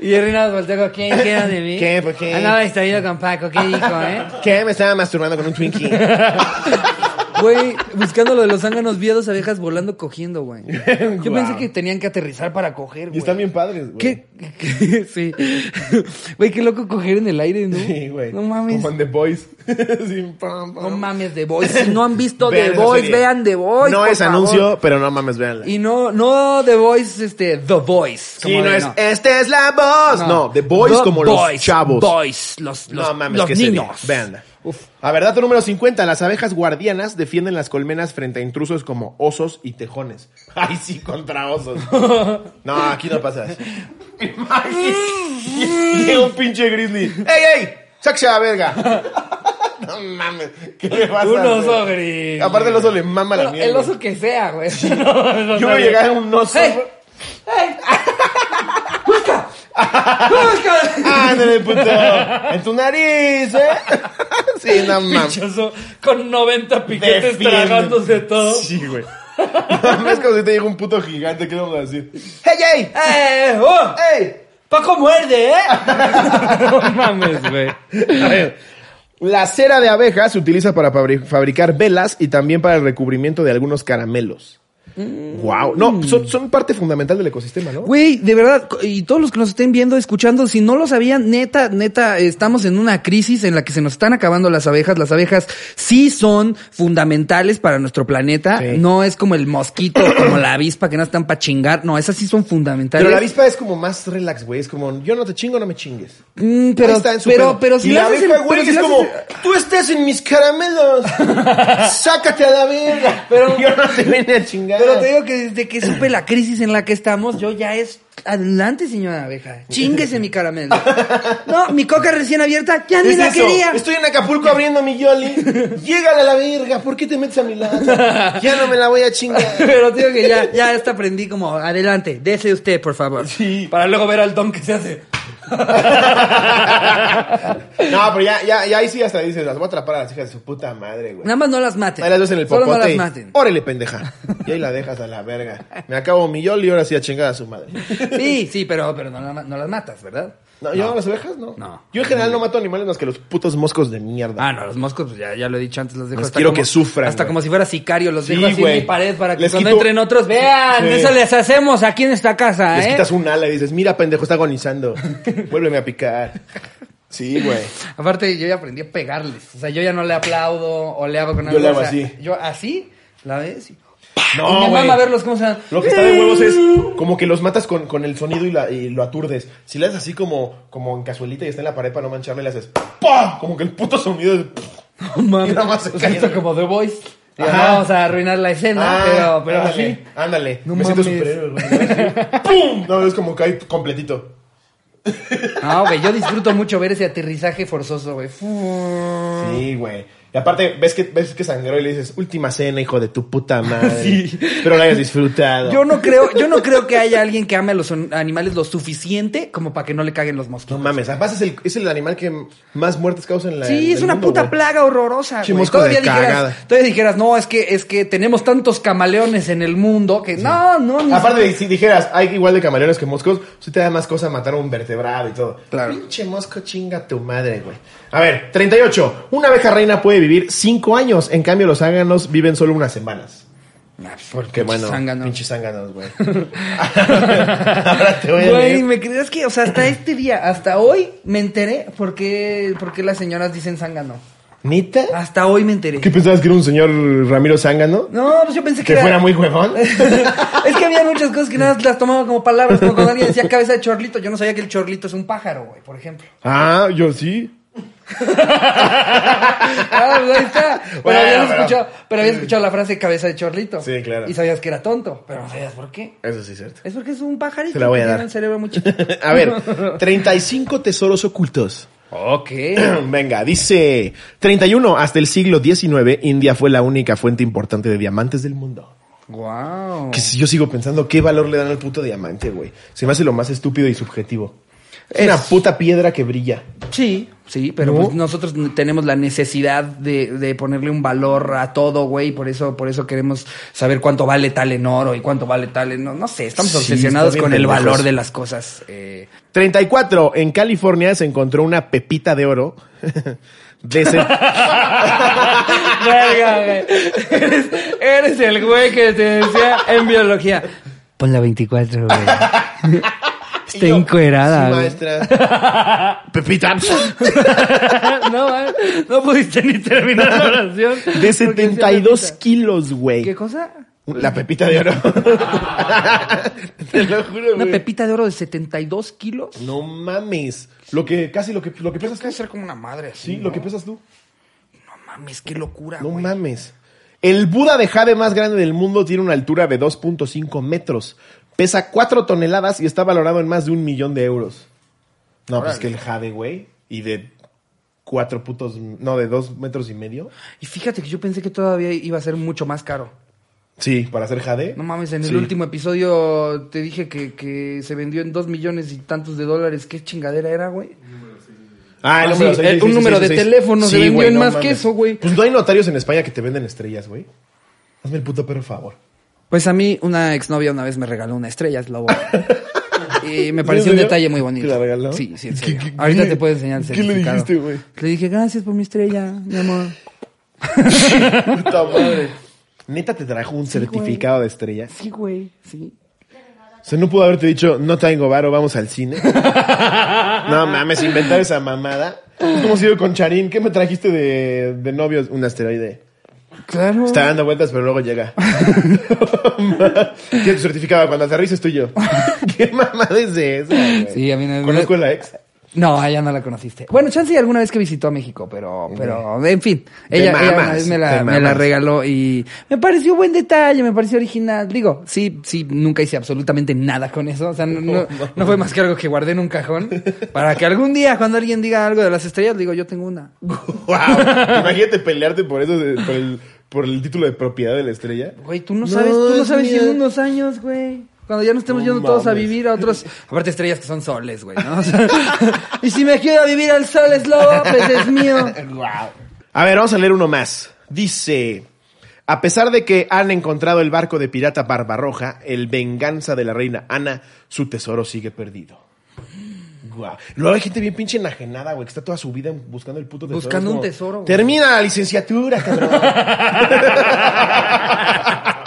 Y Jerry nada más voltea con, ¿quién queda de mí? Ah, ¿Qué? ¿Por qué? Andaba distraído con Paco, ¿qué dijo, eh? ¿Qué? Me estaba masturbando con un Twinkie. Güey, buscando lo de los zánganos, vi a dos abejas volando cogiendo, güey. Yo Guau. pensé que tenían que aterrizar para coger, güey. Y están bien padres, güey. ¿Qué? qué- Sí. Güey, qué loco coger en el aire, ¿no? Sí, güey. No mames. Como en The Boys. Sí, pam, No pam. mames, The Voice. Si no han visto Vean The esa Voice, serie. vean The Voice. No por es favor. anuncio, pero no mames, véanla. Y no, no The Voice, este, The Voice. Sí, como no de, es, esta es la voz. No, The Boys The como Boys, los chavos. Boys, los, los, no mames, los qué serie. niños. Véanla. Uf. A ver, dato número 50. Las abejas guardianas defienden las colmenas frente a intrusos como osos y tejones. Ay, sí, contra osos. No, aquí no pasa eso. Llega un pinche grizzly. ¡Ey, ey! ¡Sáquese a la verga! No mames. ¿Qué le vas a Un hacer? oso gris. Aparte el oso le mama la Pero mierda. el oso que sea, güey. No, no, Yo no, voy a llegar a un oso. ¡Ey! ¡Ey! ¡Busca! ¡Busca! ¡Ándale, puto! ¡En tu nariz, eh! Sí, no mames. Pinchoso, con 90 piquetes Defiende. tragándose todo. Sí, güey. No, es como si te llega un puto gigante, ¿qué le vamos a decir? ¡Hey, hey! ¡Eh! ¡Oh! ¡Hey! ¡Paco muerde, eh! no mames, güey. A ver. La cera de abeja se utiliza para fabri- fabricar velas y también para el recubrimiento de algunos caramelos. Wow. No, son, son parte fundamental del ecosistema, ¿no? Güey, de verdad, co- y todos los que nos estén viendo, escuchando, si no lo sabían, neta, neta, estamos en una crisis en la que se nos están acabando las abejas. Las abejas sí son fundamentales para nuestro planeta. Sí. No es como el mosquito, como la avispa que no están para chingar. No, esas sí son fundamentales. Pero la avispa es como más relax, güey. Es como, yo no te chingo, no me chingues. Mm, pero, Ahí está en su pero, pedo. pero si y la la haces en- abeja, güey, pero si es la haces como, en- tú estás en mis caramelos. Sácate a la verga. Pero- Pero yo no te vine a chingar. Pero te digo que desde que supe la crisis en la que estamos, yo ya es... Adelante, señora abeja. Chinguese mi caramelo. No, mi coca recién abierta, ya ni Es la eso, quería. Estoy en Acapulco abriendo mi yoli. Llégale a la verga. ¿Por qué te metes a mi lado? Ya no me la voy a chingar. Pero tío que ya, ya hasta aprendí como, adelante, dese usted, por favor. Sí. Para luego ver al don que se hace. No, pero ya, ya, ya ahí sí hasta dices, las voy a atrapar a las hijas de su puta madre, güey. Nada más no las maten. Ahí las dos en el Solo popote. no las y, maten. Órale, pendeja. Y ahí la dejas a la verga. Me acabo mi yoli y ahora sí a chingar a su madre. Sí, sí, pero, pero no, la- no las matas, ¿verdad? No, yo las abejas, no. No. Yo en general no mato animales más que los putos moscos de mierda. Ah, no, los moscos, pues ya, ya lo he dicho antes, los dejo Los hasta quiero como- que sufran, Hasta güey. como si fuera sicario, los Sí, dejo así en mi güey. pared para que Les cuando quito- entren otros, vean, Sí. eso les hacemos aquí en esta casa, Les ¿eh? quitas un ala y dices, mira, pendejo, está agonizando. Vuélveme a picar. Sí, güey. Aparte, yo ya aprendí a pegarles. O sea, yo ya no le aplaudo o le hago con Yo le hago o sea, así. Yo así, la ves y... y No, me güey. mama verlos cómo se dan. Lo que está de huevos es como que los matas con, con el sonido y, la- y lo aturdes. Si le haces así como, como en cazuelita y está en la pared para no mancharle, le haces ¡pum! Como que el puto sonido es No mames. Y nada más se O sea, esto cae. como The Voice. Ya Ajá. Vamos a arruinar la escena, Ah, pero, pero ándale, así. Ándale. No Me siento mames. superhéroe, güey. ¡Pum! No, es como cae completito. No, güey, yo disfruto mucho ver ese aterrizaje forzoso, güey. Sí, güey. Y aparte, ves que, ves que sangró y le dices, última cena, hijo de tu puta madre. Espero la hayas disfrutado. Yo no creo, yo no creo que haya alguien que ame a los on- animales lo suficiente como para que no le caguen los No mosquitos. mames, además es el, es el animal que más muertes causa en la en Sí, es el una mundo, puta güey. plaga horrorosa. Che, güey. mosco Todavía de cagada. dijeras, todavía dijeras, no, es que, es que tenemos tantos camaleones en el mundo que no, no, no. Aparte, de- si dijeras, hay igual de camaleones que moscos, sí te da más cosa matar a un vertebrado y todo. Claro. Pinche mosco, chinga tu madre, güey. A ver, 38. Una abeja reina puede vivir 5 años. En cambio, los áganos viven solo unas semanas. Ah, porque Qué bueno. zángano. Pinches zánganos, güey. Ahora te voy a Güey, leer. ¿me crees que? O sea, hasta este día, hasta hoy me enteré por qué, por qué las señoras dicen zángano. ¿Nita? Hasta hoy me enteré. ¿Qué pensabas que era un señor Ramiro Zángano? No, pues yo pensé que, Que era- fuera muy huevón. es que había muchas cosas que nada más las tomaban como palabras. Como cuando alguien decía cabeza de chorlito, yo no sabía que el chorlito es un pájaro, güey, por ejemplo. Ah, yo sí. Ah, pues ahí está. Pero, Bueno, habías pero- escuchado, pero habías escuchado la frase cabeza de chorlito. Sí, claro. Y sabías que era tonto, pero no sabías por qué. Eso sí es cierto. Es porque es un pajarito Te la voy a que dar. tiene un cerebro muy chiquito. A ver, 35 tesoros ocultos. ok. Venga, dice 31. Hasta el siglo XIX, India fue la única fuente importante de diamantes del mundo. Wow. Que si yo sigo pensando, ¿qué valor le dan al puto diamante, güey? Se me hace lo más estúpido y subjetivo. Es, una Es- puta piedra que brilla. Sí, sí, pero ¿No? pues nosotros n- tenemos la necesidad de, de ponerle un valor a todo, güey, y por eso, por eso queremos saber cuánto vale tal en oro y cuánto vale tal en... No, no sé, estamos Sí, obsesionados está bien con el pendejos. valor de las cosas. eh. 34. En California se encontró una pepita de oro. de ese- Verga, güey. Eres, eres el güey que te decía en biología. Pon la 24, güey. Está Y yo, encuerada. "Sí, güey". maestra. pepita. no, güey, no pudiste ni terminar la oración. porque De decía 72 pepita. kilos, ¿Qué güey. cosa? La pepita de oro. Te lo juro, Una güey. pepita de oro de 72 kilos. No mames. Lo que, casi lo que, lo que pesas que tú. ser como una madre así. Sí, lo que pesas tú. No mames, qué locura, No güey. mames. El Buda de Jade más grande del mundo tiene una altura de 2.5 metros. Pesa 4 toneladas y está valorado en más de un millón de euros. No, pues que el Jade, güey. Y de 4 putos. No, de 2 metros y medio. Y fíjate que yo pensé que todavía iba a ser mucho más caro. Sí, para ser Jade. No mames, en el Sí. último episodio te dije que, que se vendió en dos millones y tantos de dólares. ¿Qué chingadera era, güey? Ah, el Ah, número sí, seis, el- seis, un seis, número seis, de seis. teléfono, se vendió güey, en más que eso, güey. Pues no hay notarios en España que te venden estrellas, güey. Hazme el puto perro favor. Pues a mí una exnovia una vez me regaló una estrella, es la boda. Y me pareció un ¿En serio? detalle muy bonito. ¿Te la regaló? Sí, sí, en ¿Qué- serio. qué- Ahorita qué- te puedo enseñar el qué le certificado. dijiste, güey? Le dije, gracias por mi estrella, mi amor. Puta madre. Neta te trajo un certificado de estrellas. Sí, güey, sí. O sea, no pudo haberte dicho, no tengo varo, vamos al cine. no mames, inventar esa mamada. Es como si yo con Charín, ¿qué me trajiste de, de novios? Un asteroide. Claro. Está dando vueltas, pero luego llega. ¿Qué tu certificado? Cuando aterrices tuyo. ¿Qué mamada es esa? güey? Sí, a mí no- Conozco a la ex. No, a ella no la conociste. Bueno, chance y alguna vez que visitó a México, pero, pero, en fin. Te Ella, ella mamas, una vez me te la, me mamas. la regaló y me pareció buen detalle, me pareció original. Digo, sí, sí, nunca hice absolutamente nada con eso. O sea, no, no- no fue más que algo que guardé en un cajón para que algún día cuando alguien diga algo de las estrellas, digo, yo tengo una. Wow. Imagínate pelearte por eso, de- por el, por el título de propiedad de la estrella. Güey, tú no sabes, tú no es sabes si mía. en unos años, güey. Cuando ya nos estemos No yendo todos a mames. vivir a otros. Aparte, estrellas que son soles, güey, ¿no? O sea, y si me quiero vivir al sol, es lobo, pues es mío. A ver, vamos a leer uno más. Dice, a pesar de que han encontrado el barco de pirata Barbarroja, el venganza de la reina Ana, su tesoro sigue perdido. Guau. Luego hay gente bien pinche enajenada, güey, que está toda su vida buscando el puto tesoro. Buscando Es un tesoro, güey. Termina la licenciatura, cabrón.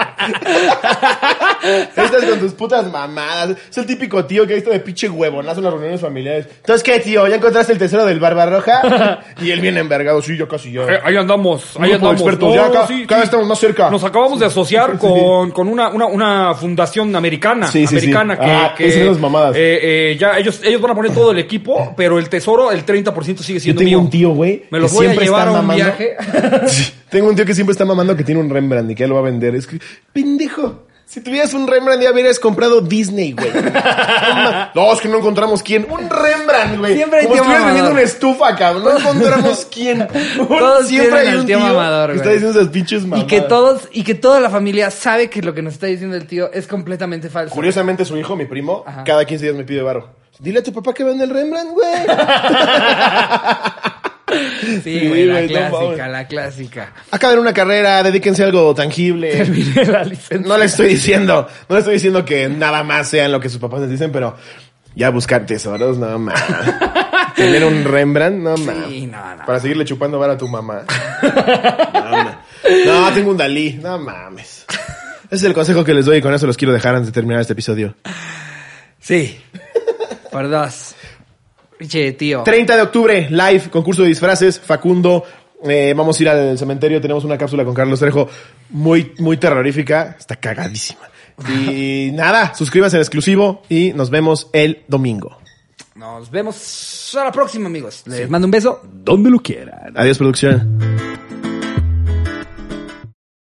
Estás con tus putas mamadas. Es el típico tío que ha visto de pinche huevonazo en las reuniones familiares. Entonces, ¿qué, tío? ¿Ya encontraste el tesoro del Barbarroja? Y él viene envergado. Sí, yo casi ya. Eh, Ahí andamos, ahí Grupo de andamos. expertos, No, ya ca- sí, sí. cada vez estamos más cerca. Nos acabamos de asociar con, con una, una, una fundación americana. Sí, sí, sí. americana que. Ah, que, esas son las mamadas. eh, eh, ya ellos, ellos van a poner todo el equipo, pero el tesoro, el 30% sigue Yo siendo tengo mío. un tío, güey. Me los que voy a siempre llevar a está un mamando- viaje. Sí, Tengo un tío que siempre está mamando que tiene un Rembrandt y que ya lo va a vender. Es que, pendejo. Si tuvieras un Rembrandt ya hubieras comprado Disney, güey. No ma- No, es que no encontramos quién. Un Rembrandt, güey. Siempre hay Como tío si estuvieras mamador. vendiendo una estufa, cabrón. No encontramos quién. Un- Todos tienen al tío mamador, que está güey. diciendo esas pinches mamadas. Y que todos, y que toda la familia sabe que lo que nos está diciendo el tío es completamente falso. Curiosamente, su hijo, mi primo, cada 15 días me pide barro. Dile a tu papá que vende el Rembrandt, güey. Sí, güey, la güey, no clásica, mames. la clásica. Acaben una carrera, dedíquense a algo tangible. Mire la licencia. No le estoy diciendo, no le estoy diciendo que nada más sean lo que sus papás les dicen, pero ya buscar tesoros, no más. Tener un Rembrandt, no más. Sí, no, no. Para seguirle chupando vara a tu mamá. No, ma. no, tengo un Dalí, no mames. Ese es el consejo que les doy y con eso los quiero dejar antes de terminar este episodio. Sí. Por dos. Pinche tío. 30 de octubre, live, concurso de disfraces, Facundo. eh, vamos a ir al cementerio, tenemos una cápsula con Carlos Trejo muy, muy terrorífica, está cagadísima. Y nada, suscríbanse al exclusivo y nos vemos el domingo. Nos vemos a la próxima, amigos. Les mando un beso donde lo quieran. Adiós, producción.